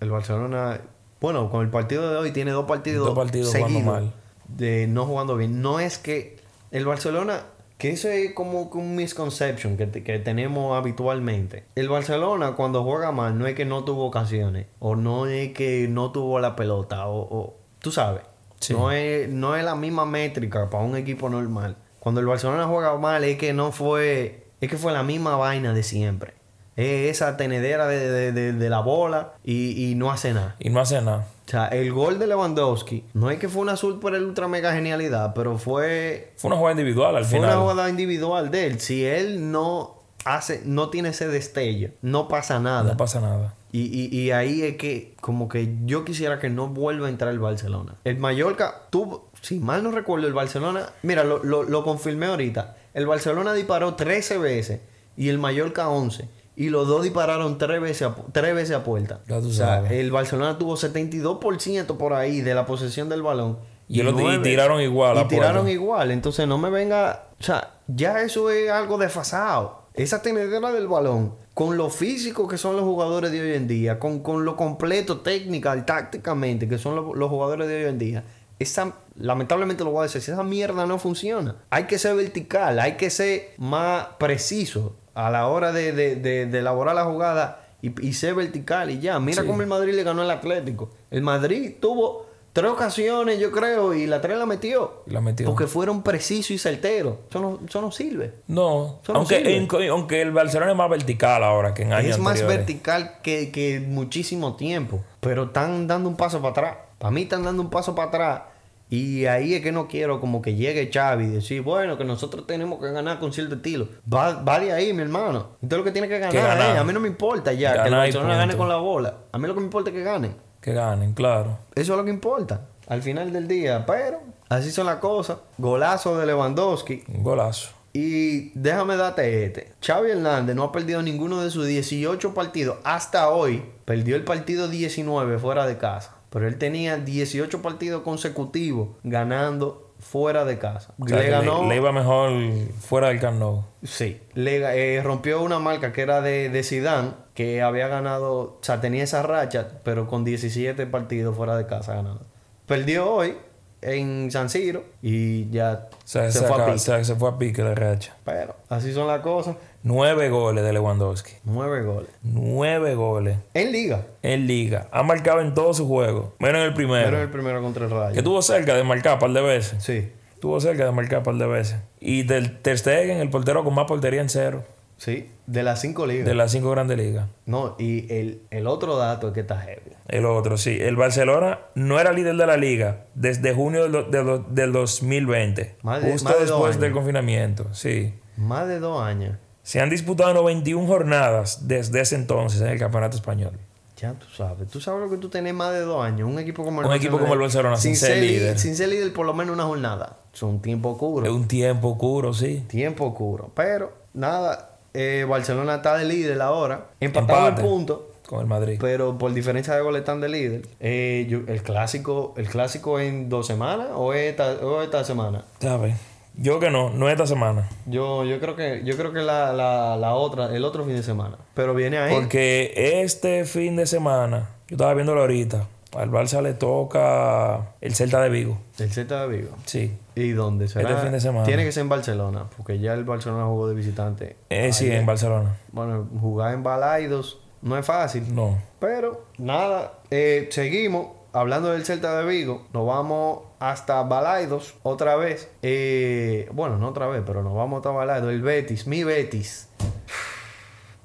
Speaker 1: El Barcelona, bueno, con el partido de hoy tiene dos partidos,
Speaker 2: Dos partidos jugando
Speaker 1: seguidos
Speaker 2: mal.
Speaker 1: de no jugando bien. No es que el Barcelona, que eso es como que un misconception que, te- que tenemos habitualmente. El Barcelona cuando juega mal no es que no tuvo ocasiones o no es que no tuvo la pelota o, o- tú sabes.
Speaker 2: Sí.
Speaker 1: No, es, no es la misma métrica para un equipo normal. Cuando el Barcelona juega mal es que no fue, es que fue la misma vaina de siempre. Es esa tenedera de, de- de- de la bola y, y no hace nada.
Speaker 2: Y no hace nada.
Speaker 1: O sea, el gol de Lewandowski no es que fue una super ultra mega genialidad, pero fue,
Speaker 2: Fue una jugada individual al
Speaker 1: fue
Speaker 2: final.
Speaker 1: una jugada individual de él. Si él no hace, no tiene ese destello, no pasa nada.
Speaker 2: No pasa nada.
Speaker 1: Y, y- y ahí es que como que yo quisiera que no vuelva a entrar el Barcelona. El Mallorca tuvo, si mal no recuerdo, el Barcelona, mira, lo, lo- lo confirmé ahorita. El Barcelona disparó 13 veces y el Mallorca 11. Y los dos dispararon tres veces a, pu- tres veces a puerta.
Speaker 2: Ya tú
Speaker 1: o sea,
Speaker 2: sabes.
Speaker 1: el Barcelona tuvo 72% por ahí de la posesión del balón.
Speaker 2: Y el otro- y
Speaker 1: nueve-
Speaker 2: tiraron igual a
Speaker 1: Y tiraron
Speaker 2: puerta.
Speaker 1: igual. Entonces no me venga. O sea, ya eso es algo desfasado. Esa tenedera del balón, con lo físico que son los jugadores de hoy en día, con, con lo completo técnica, y tácticamente que son lo- los jugadores de hoy en día, esa, lamentablemente lo voy a decir, esa mierda no funciona. Hay que ser vertical, hay que ser más preciso a la hora de, de- de- de elaborar la jugada y, y ser vertical y ya. Mira cómo el Madrid le ganó al Atlético. El Madrid tuvo tres ocasiones, yo creo, y la tres la metió.
Speaker 2: Y la metió.
Speaker 1: Porque fueron precisos y certeros. Eso no, eso no sirve.
Speaker 2: No,
Speaker 1: Eso no
Speaker 2: aunque,
Speaker 1: sirve.
Speaker 2: en- aunque el Barcelona es más vertical ahora que en años
Speaker 1: es más
Speaker 2: anteriores.
Speaker 1: vertical que, que muchísimo tiempo. Pero están dando un paso para atrás. Para mí están dando un paso para atrás. Y ahí es que no quiero como que llegue Xavi y decir, bueno, que nosotros tenemos que ganar con cierto estilo. Va, va de ahí, mi hermano. Entonces lo que tiene que ganar,
Speaker 2: Que ganar.
Speaker 1: eh. a mí no me importa ya que el
Speaker 2: Ganar y
Speaker 1: Barcelona gane
Speaker 2: punto.
Speaker 1: con la bola. A mí lo que me importa es que ganen.
Speaker 2: Que ganen, claro.
Speaker 1: Eso es lo que importa al final del día. Pero así son las cosas. Golazo de Lewandowski.
Speaker 2: Un golazo.
Speaker 1: Y déjame darte este. Xavi Hernández no ha perdido ninguno de sus 18 partidos hasta hoy. Perdió el partido 19 fuera de casa. Pero él tenía 18 partidos consecutivos ganando fuera de casa.
Speaker 2: O sea,
Speaker 1: le
Speaker 2: que
Speaker 1: ganó.
Speaker 2: le iba mejor fuera del Camp Nou.
Speaker 1: Sí. Le ga- eh, rompió una marca que era de, de Zidane, que había ganado, o sea, tenía esa racha, pero con 17 partidos fuera de casa ganando. Perdió hoy en San Siro y ya
Speaker 2: O sea,
Speaker 1: se,
Speaker 2: se,
Speaker 1: fue a
Speaker 2: acaba-
Speaker 1: pique.
Speaker 2: se- se fue a pique de racha.
Speaker 1: Pero así son las cosas.
Speaker 2: Nueve goles de Lewandowski.
Speaker 1: Nueve goles.
Speaker 2: Nueve goles
Speaker 1: En liga.
Speaker 2: en liga. Ha marcado en todos sus juegos, menos en el primero.
Speaker 1: Pero el primero contra el Rayo.
Speaker 2: que estuvo cerca de marcar un par de veces.
Speaker 1: Sí,
Speaker 2: Estuvo cerca de marcar un par de veces. Y del Ter Stegen, el portero con más portería en cero
Speaker 1: sí. De las cinco ligas.
Speaker 2: de las cinco grandes ligas.
Speaker 1: No, y el, el otro dato es que está heavy.
Speaker 2: El otro, sí. El Barcelona no era líder de la liga desde junio del, do- del do- del 2020.
Speaker 1: Más de-
Speaker 2: justo
Speaker 1: más de dos
Speaker 2: después
Speaker 1: años.
Speaker 2: del confinamiento, sí.
Speaker 1: Más de dos años.
Speaker 2: Se han disputado 91 jornadas desde ese entonces en el Campeonato Español.
Speaker 1: Ya tú sabes. Tú sabes lo que tú tenés más de dos años. Un equipo como el
Speaker 2: Un equipo como el Barcelona, sin ser
Speaker 1: li-
Speaker 2: líder.
Speaker 1: Sin ser líder por lo menos una jornada. Es un tiempo oscuro.
Speaker 2: Es un tiempo oscuro, sí.
Speaker 1: Tiempo oscuro. Pero, nada. eh, Barcelona está de líder ahora. Empatado
Speaker 2: Empate.
Speaker 1: el punto.
Speaker 2: Con el Madrid.
Speaker 1: Pero por diferencia de goles están de líder. Eh, yo- el clásico, el clásico en dos semanas o esta, o esta semana.
Speaker 2: ¿Sabes? Yo que no, no esta semana.
Speaker 1: Yo, yo creo que, yo creo que la, la, la otra, el otro fin de semana. Pero viene ahí.
Speaker 2: Porque este fin de semana, yo estaba viéndolo ahorita, al Barça le toca el Celta de Vigo.
Speaker 1: El Z de Vigo.
Speaker 2: Sí.
Speaker 1: ¿Y dónde será?
Speaker 2: Este fin de semana.
Speaker 1: Tiene que ser en Barcelona, porque ya el Barcelona jugó de visitante.
Speaker 2: Eh, sí, en Barcelona.
Speaker 1: Bueno, jugar en Balaidos no es fácil.
Speaker 2: No.
Speaker 1: Pero nada, eh, seguimos hablando del Celta de Vigo. Nos vamos hasta Balaidos otra vez. Eh, bueno, no otra vez, pero nos vamos hasta Balaidos. El Betis, mi Betis.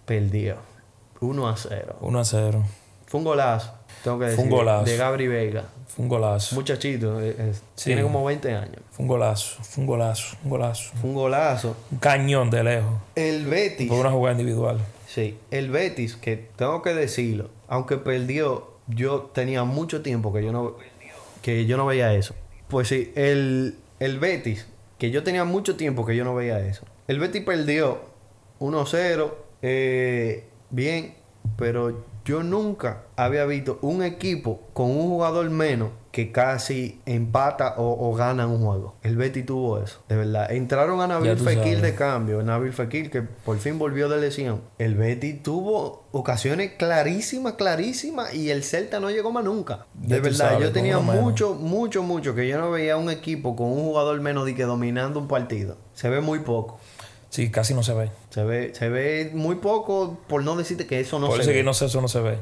Speaker 1: Perdió. 1 a 0.
Speaker 2: 1 a 0.
Speaker 1: Fue un golazo. Tengo que
Speaker 2: Fue un
Speaker 1: decir.
Speaker 2: golazo.
Speaker 1: De Gabri Vega.
Speaker 2: Fue un golazo.
Speaker 1: Muchachito, eh, eh,
Speaker 2: Sí.
Speaker 1: tiene como 20 años.
Speaker 2: Fue un golazo. Fue un golazo. Un golazo.
Speaker 1: Fue un golazo.
Speaker 2: Un cañón de lejos.
Speaker 1: El Betis.
Speaker 2: Fue una jugada individual.
Speaker 1: Sí, el Betis, que tengo que decirlo, aunque perdió, yo tenía mucho tiempo que yo no, que yo no veía eso. Pues sí, el, el Betis, que yo tenía mucho tiempo que yo no veía eso. El Betis perdió 1-0, eh, bien, pero yo nunca había visto un equipo con un jugador menos que casi empata o, o gana un juego. El Betis tuvo eso, de verdad. Entraron a Nabil
Speaker 2: tú
Speaker 1: Fekir
Speaker 2: sabes.
Speaker 1: de cambio, Nabil Fekir, que por fin volvió de lesión. El Betty tuvo ocasiones clarísimas, clarísimas, y el Celta no llegó más nunca.
Speaker 2: Ya
Speaker 1: De
Speaker 2: tú
Speaker 1: verdad,
Speaker 2: sabes,
Speaker 1: yo
Speaker 2: con
Speaker 1: tenía
Speaker 2: uno menos.
Speaker 1: mucho, mucho, mucho que yo no veía un equipo con un jugador menos de que dominando un partido. Se ve muy poco.
Speaker 2: Sí, casi no se ve.
Speaker 1: Se ve, se ve muy poco, por no decirte que eso no
Speaker 2: Por
Speaker 1: se
Speaker 2: eso
Speaker 1: ve.
Speaker 2: que no sé, eso no se ve.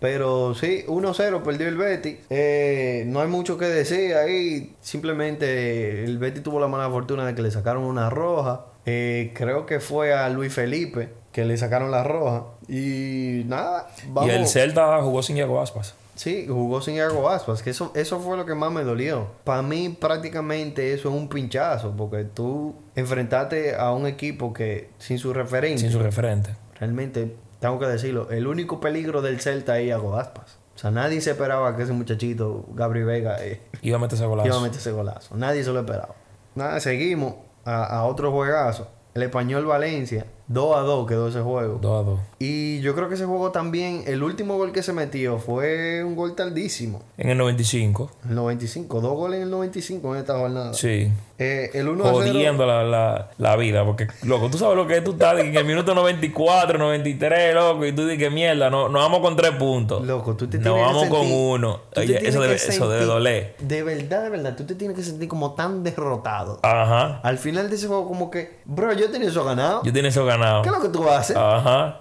Speaker 1: Pero sí, 1-0 perdió el Betty. Eh, no hay mucho que decir ahí. Simplemente el Betty tuvo la mala fortuna de que le sacaron una roja. Eh, creo que fue a Luis Felipe que le sacaron la roja. Y nada, vamos.
Speaker 2: Y el Celta jugó sin Diego Aspas.
Speaker 1: Sí, jugó sin Iago Aspas, que eso, eso fue lo que más me dolió. Para mí prácticamente eso es un pinchazo, porque tú enfrentaste a un equipo que sin su referencia
Speaker 2: Sin su referente.
Speaker 1: realmente, tengo que decirlo, el único peligro del Celta es Iago Aspas. O sea, nadie se esperaba que ese muchachito, Gabri Vega, eh,
Speaker 2: Iba a meterse a
Speaker 1: iba a
Speaker 2: golazo.
Speaker 1: meter ese golazo. Nadie se lo esperaba. Nada, seguimos a, a otro juegazo. El Español Valencia, 2 a 2 quedó ese juego.
Speaker 2: 2 a 2.
Speaker 1: Y yo creo que ese juego también, el último gol que se metió fue un gol tardísimo.
Speaker 2: En el 95.
Speaker 1: El 95, dos goles en el 95 en esta jornada.
Speaker 2: Sí.
Speaker 1: Eh, el 1 a 0.
Speaker 2: Jodiendo la, la, la vida. Porque, loco, tú sabes lo que es. Tú estás de que en el minuto 94, 93, loco. Y tú dices, mierda, no, nos vamos con tres puntos.
Speaker 1: Loco, tú te
Speaker 2: Nos
Speaker 1: tienes que
Speaker 2: vamos con
Speaker 1: sentir-
Speaker 2: uno.
Speaker 1: tú te
Speaker 2: Oye,
Speaker 1: tienes
Speaker 2: eso,
Speaker 1: que
Speaker 2: debe, eso debe
Speaker 1: sentir-
Speaker 2: doler.
Speaker 1: De verdad, de verdad, tú te tienes que sentir como tan derrotado.
Speaker 2: Ajá.
Speaker 1: Al final de ese juego, como que, bro, yo tenía eso ganado.
Speaker 2: Yo tenía eso ganado.
Speaker 1: ¿Qué es lo que tú haces?
Speaker 2: Ajá.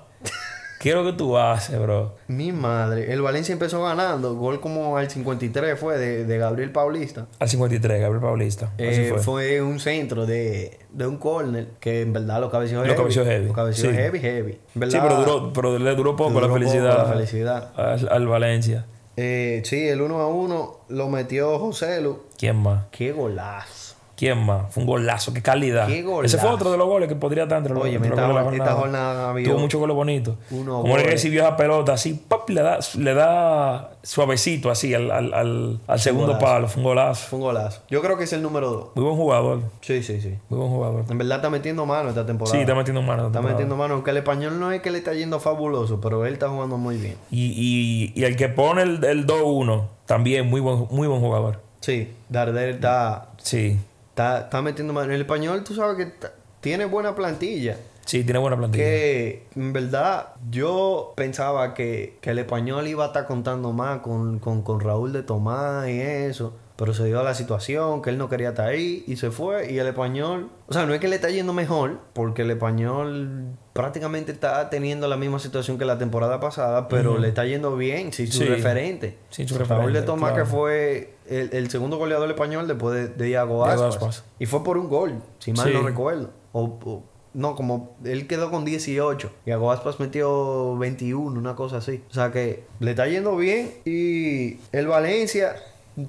Speaker 2: ¿Qué es lo que tú haces, bro?
Speaker 1: Mi madre, el Valencia empezó ganando. Gol como al 53 fue de, de Gabriel Paulista.
Speaker 2: Al 53, Gabriel Paulista. Así
Speaker 1: Eh,
Speaker 2: fue.
Speaker 1: fue. un centro de, de un corner que en verdad lo cabeció
Speaker 2: Lo
Speaker 1: heavy.
Speaker 2: cabeció heavy,
Speaker 1: Lo cabeció
Speaker 2: sí.
Speaker 1: heavy, heavy. En
Speaker 2: Sí,
Speaker 1: verdad,
Speaker 2: pero, duró, pero le duró poco
Speaker 1: duró
Speaker 2: la
Speaker 1: poco
Speaker 2: felicidad.
Speaker 1: la felicidad.
Speaker 2: Al, al Valencia.
Speaker 1: eh, sí, el 1 a 1 lo metió José Lu.
Speaker 2: ¿Quién más?
Speaker 1: Qué golazo.
Speaker 2: ¿Quién más? Fue un golazo. Qué calidad.
Speaker 1: Qué
Speaker 2: Ese fue
Speaker 1: golazo.
Speaker 2: otro de los goles que podría estar entre los
Speaker 1: Oye,
Speaker 2: entre los
Speaker 1: esta,
Speaker 2: goles de la
Speaker 1: esta jornada había
Speaker 2: Tuvo muchos goles bonitos.
Speaker 1: Unos
Speaker 2: Como él
Speaker 1: goles.
Speaker 2: recibió esa pelota así, pop, le da, le da suavecito así al, al- al- al segundo
Speaker 1: golazo.
Speaker 2: palo. Fue un golazo.
Speaker 1: Fue un golazo. Yo creo que es el número 2.
Speaker 2: Muy buen jugador.
Speaker 1: Sí, sí, sí.
Speaker 2: Muy buen jugador.
Speaker 1: En verdad está metiendo mano esta temporada.
Speaker 2: Sí, está metiendo mano.
Speaker 1: Está metiendo mano. Aunque el español no es que le está yendo fabuloso, pero él está jugando muy bien.
Speaker 2: Y, y- y el que pone el, el 2-1, también muy buen, muy buen jugador.
Speaker 1: Sí, Darder está,
Speaker 2: Sí.
Speaker 1: está, está metiendo mano. El español, tú sabes que t- tiene buena plantilla.
Speaker 2: Sí, tiene buena plantilla.
Speaker 1: Que en verdad yo pensaba que, que el español iba a estar contando más con, con- con Raúl de Tomás y eso. Pero se dio la situación que él no quería estar ahí y se fue. Y el español, o sea, no es que le está yendo mejor, porque el español prácticamente está teniendo la misma situación que la temporada pasada, pero le está yendo bien, sin su
Speaker 2: Sí.
Speaker 1: referente.
Speaker 2: Sin su
Speaker 1: Raúl
Speaker 2: referente,
Speaker 1: de Tomás,
Speaker 2: claro.
Speaker 1: que fue el, el segundo goleador español después de, de Iago
Speaker 2: Iago
Speaker 1: Aspas.
Speaker 2: Aspas.
Speaker 1: Y fue por un gol, si mal
Speaker 2: Sí.
Speaker 1: no recuerdo. O, o- no, como él quedó con 18 y Iago Aspas metió 21, una cosa así. O sea que le está yendo bien y el Valencia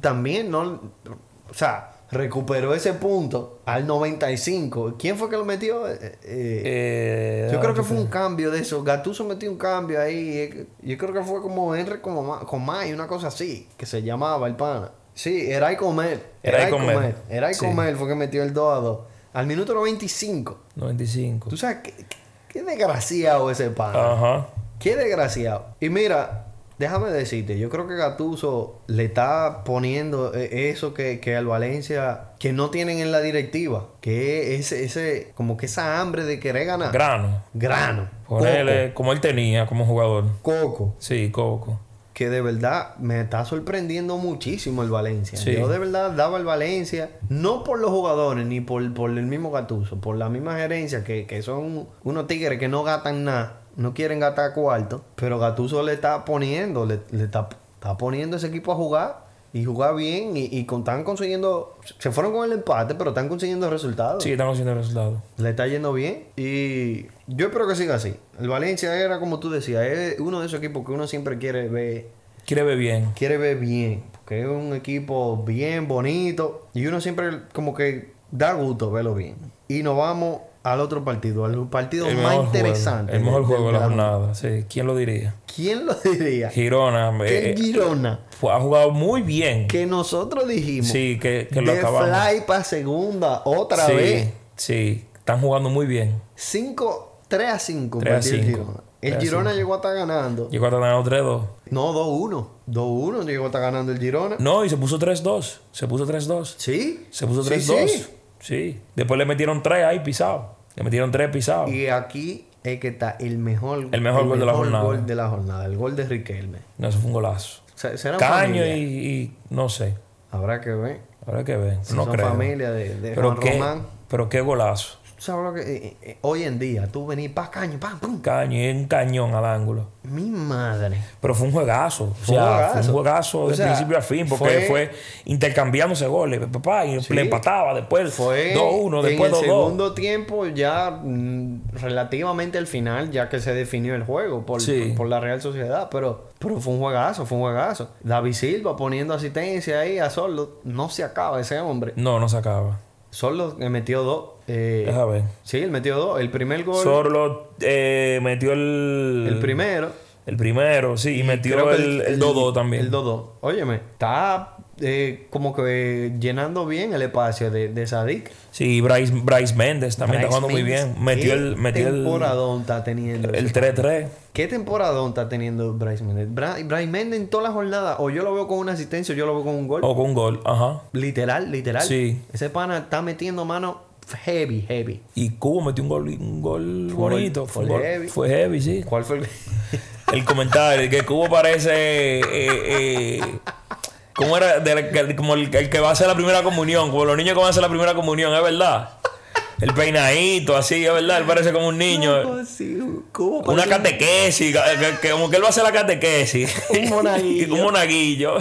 Speaker 1: también no. O sea, recuperó ese punto al 95. ¿Quién fue que lo metió? Eh, eh,
Speaker 2: Eh,
Speaker 1: yo creo que fue un cambio de eso. Gatuso metió un cambio ahí. eh, Yo creo que fue como Henry como Ma- con May, una cosa así, que se llamaba el pana. Sí, era y comer.
Speaker 2: Era y comer.
Speaker 1: Era y
Speaker 2: Sí.
Speaker 1: comer fue que metió el 2 a 2. Al minuto 95.
Speaker 2: 95.
Speaker 1: Tú sabes qué, qué- qué desgraciado ese pana.
Speaker 2: Ajá.
Speaker 1: Qué desgraciado. Y mira, déjame decirte, yo creo que Gatuso le está poniendo eh, eso que, que al Valencia, que no tienen en la directiva, que es ese, ese, como que esa hambre de querer ganar.
Speaker 2: Grano.
Speaker 1: Grano.
Speaker 2: Ponerle como él tenía como jugador.
Speaker 1: Coco.
Speaker 2: Sí, Coco.
Speaker 1: Que de verdad me está sorprendiendo muchísimo el Valencia.
Speaker 2: Sí.
Speaker 1: Yo de verdad daba el Valencia, no por los jugadores ni por, por el mismo Gatuso, por la misma gerencia, que, que son unos tigres que no gatan nada, no quieren gatar cuarto, pero Gatuso le está poniendo, le, le está, está poniendo ese equipo a jugar y jugar bien y, y con, están consiguiendo, se fueron con el empate, pero están consiguiendo resultados.
Speaker 2: Sí, están consiguiendo resultados.
Speaker 1: Le está yendo bien y yo espero que siga así. El Valencia era, como tú decías, es uno de esos equipos que uno siempre quiere ver
Speaker 2: Quiere ver bien.
Speaker 1: quiere ver bien, porque es un equipo bien bonito y uno siempre como que da gusto verlo bien. Y nos vamos al otro partido, al partido
Speaker 2: El
Speaker 1: más
Speaker 2: mejor juego.
Speaker 1: interesante.
Speaker 2: El mejor
Speaker 1: del-
Speaker 2: juego de
Speaker 1: del
Speaker 2: la
Speaker 1: verano.
Speaker 2: jornada. Sí. ¿Quién lo diría?
Speaker 1: ¿Quién lo diría?
Speaker 2: Girona.
Speaker 1: Que
Speaker 2: eh, eh,
Speaker 1: Girona,
Speaker 2: fue- ha jugado muy bien.
Speaker 1: que nosotros dijimos
Speaker 2: Sí, que, que lo
Speaker 1: de
Speaker 2: acabamos.
Speaker 1: fly para segunda otra
Speaker 2: sí,
Speaker 1: vez.
Speaker 2: sí. Están jugando muy bien.
Speaker 1: 5, 3 a 5
Speaker 2: Tres a
Speaker 1: partido el
Speaker 2: cinco.
Speaker 1: Girona.
Speaker 2: Tres
Speaker 1: El
Speaker 2: a
Speaker 1: Girona llegó a estar ganando.
Speaker 2: Llegó a ganar 3-2.
Speaker 1: No, 2-1. 2-1 llegó a estar ganando el Girona.
Speaker 2: No, y se puso 3-2. Se puso 3-2.
Speaker 1: Sí.
Speaker 2: Se puso
Speaker 1: Sí,
Speaker 2: 3-2. Sí,
Speaker 1: sí.
Speaker 2: Después le metieron 3 ahí pisado. Le metieron 3 pisado.
Speaker 1: Y aquí es que está el mejor,
Speaker 2: El mejor gol de la jornada.
Speaker 1: gol de la jornada, El gol de Riquelme.
Speaker 2: No, eso fue un golazo.
Speaker 1: Se- Serán
Speaker 2: Caño y,
Speaker 1: familia.
Speaker 2: y no sé.
Speaker 1: Habrá que ver.
Speaker 2: Habrá que ver. No
Speaker 1: son
Speaker 2: creo.
Speaker 1: familia de, de
Speaker 2: Pero
Speaker 1: Juan
Speaker 2: qué,
Speaker 1: Román.
Speaker 2: pero qué golazo.
Speaker 1: Tú sabes lo que eh, eh, hoy en día tú venís pa caño, pam, pum.
Speaker 2: Caño y un cañón al ángulo.
Speaker 1: Mi madre.
Speaker 2: Pero fue un juegazo. O
Speaker 1: Fue un
Speaker 2: sea, fue
Speaker 1: juegazo.
Speaker 2: un juegazo
Speaker 1: O
Speaker 2: de
Speaker 1: sea,
Speaker 2: principio a fin, porque
Speaker 1: fue-
Speaker 2: fue, intercambiándose goles, papá, y
Speaker 1: Sí.
Speaker 2: le empataba, después
Speaker 1: Fue
Speaker 2: 2-1,
Speaker 1: en
Speaker 2: después
Speaker 1: el
Speaker 2: 2-2.
Speaker 1: segundo tiempo ya mm, relativamente al final, ya que se definió el juego por,
Speaker 2: Sí.
Speaker 1: por la Real Sociedad, pero, pero fue un juegazo, fue un juegazo. David Silva poniendo asistencia ahí a Sorlo, no se acaba ese hombre.
Speaker 2: No, no se acaba.
Speaker 1: Sorlo eh, metió dos. eh,
Speaker 2: Deja ver.
Speaker 1: sí, él metió dos. El primer gol,
Speaker 2: Solo eh, metió el.
Speaker 1: el primero.
Speaker 2: El primero, sí, y metió
Speaker 1: creo que
Speaker 2: el el 2-2 también.
Speaker 1: El 2-2. Óyeme, está eh, como que llenando bien el espacio de, de Sadik.
Speaker 2: Sí, Bryce, Bryce Méndez también está jugando muy bien.
Speaker 1: ¿Qué
Speaker 2: Metió el. Metió el
Speaker 1: temporadón está teniendo.
Speaker 2: el 3-3.
Speaker 1: ¿Qué temporadón está teniendo Bryce Méndez? Bra- Bryce Méndez en toda la jornada, o yo lo veo con una asistencia, o yo lo veo con un gol.
Speaker 2: O con un gol, ajá.
Speaker 1: Literal, literal.
Speaker 2: Sí.
Speaker 1: Ese pana está metiendo mano heavy, heavy.
Speaker 2: Y Cubo metió un gol, un gol bonito. Fue, un
Speaker 1: gol
Speaker 2: gol-
Speaker 1: heavy.
Speaker 2: fue heavy, sí.
Speaker 1: ¿Cuál fue el.?
Speaker 2: El comentario, que Cubo parece. eh, eh, ¿Cómo era? De la- que- como el, el que va a hacer la primera comunión, como los niños que van a hacer la primera comunión, es verdad. El peinadito, así, es verdad, él parece como un (laughs) niño.
Speaker 1: Loco, sí, ¿cómo
Speaker 2: Una
Speaker 1: parece
Speaker 2: catequesis, ca- que- que como que él va a hacer la catequesis.
Speaker 1: Un monaguillo.
Speaker 2: (laughs) un monaguillo.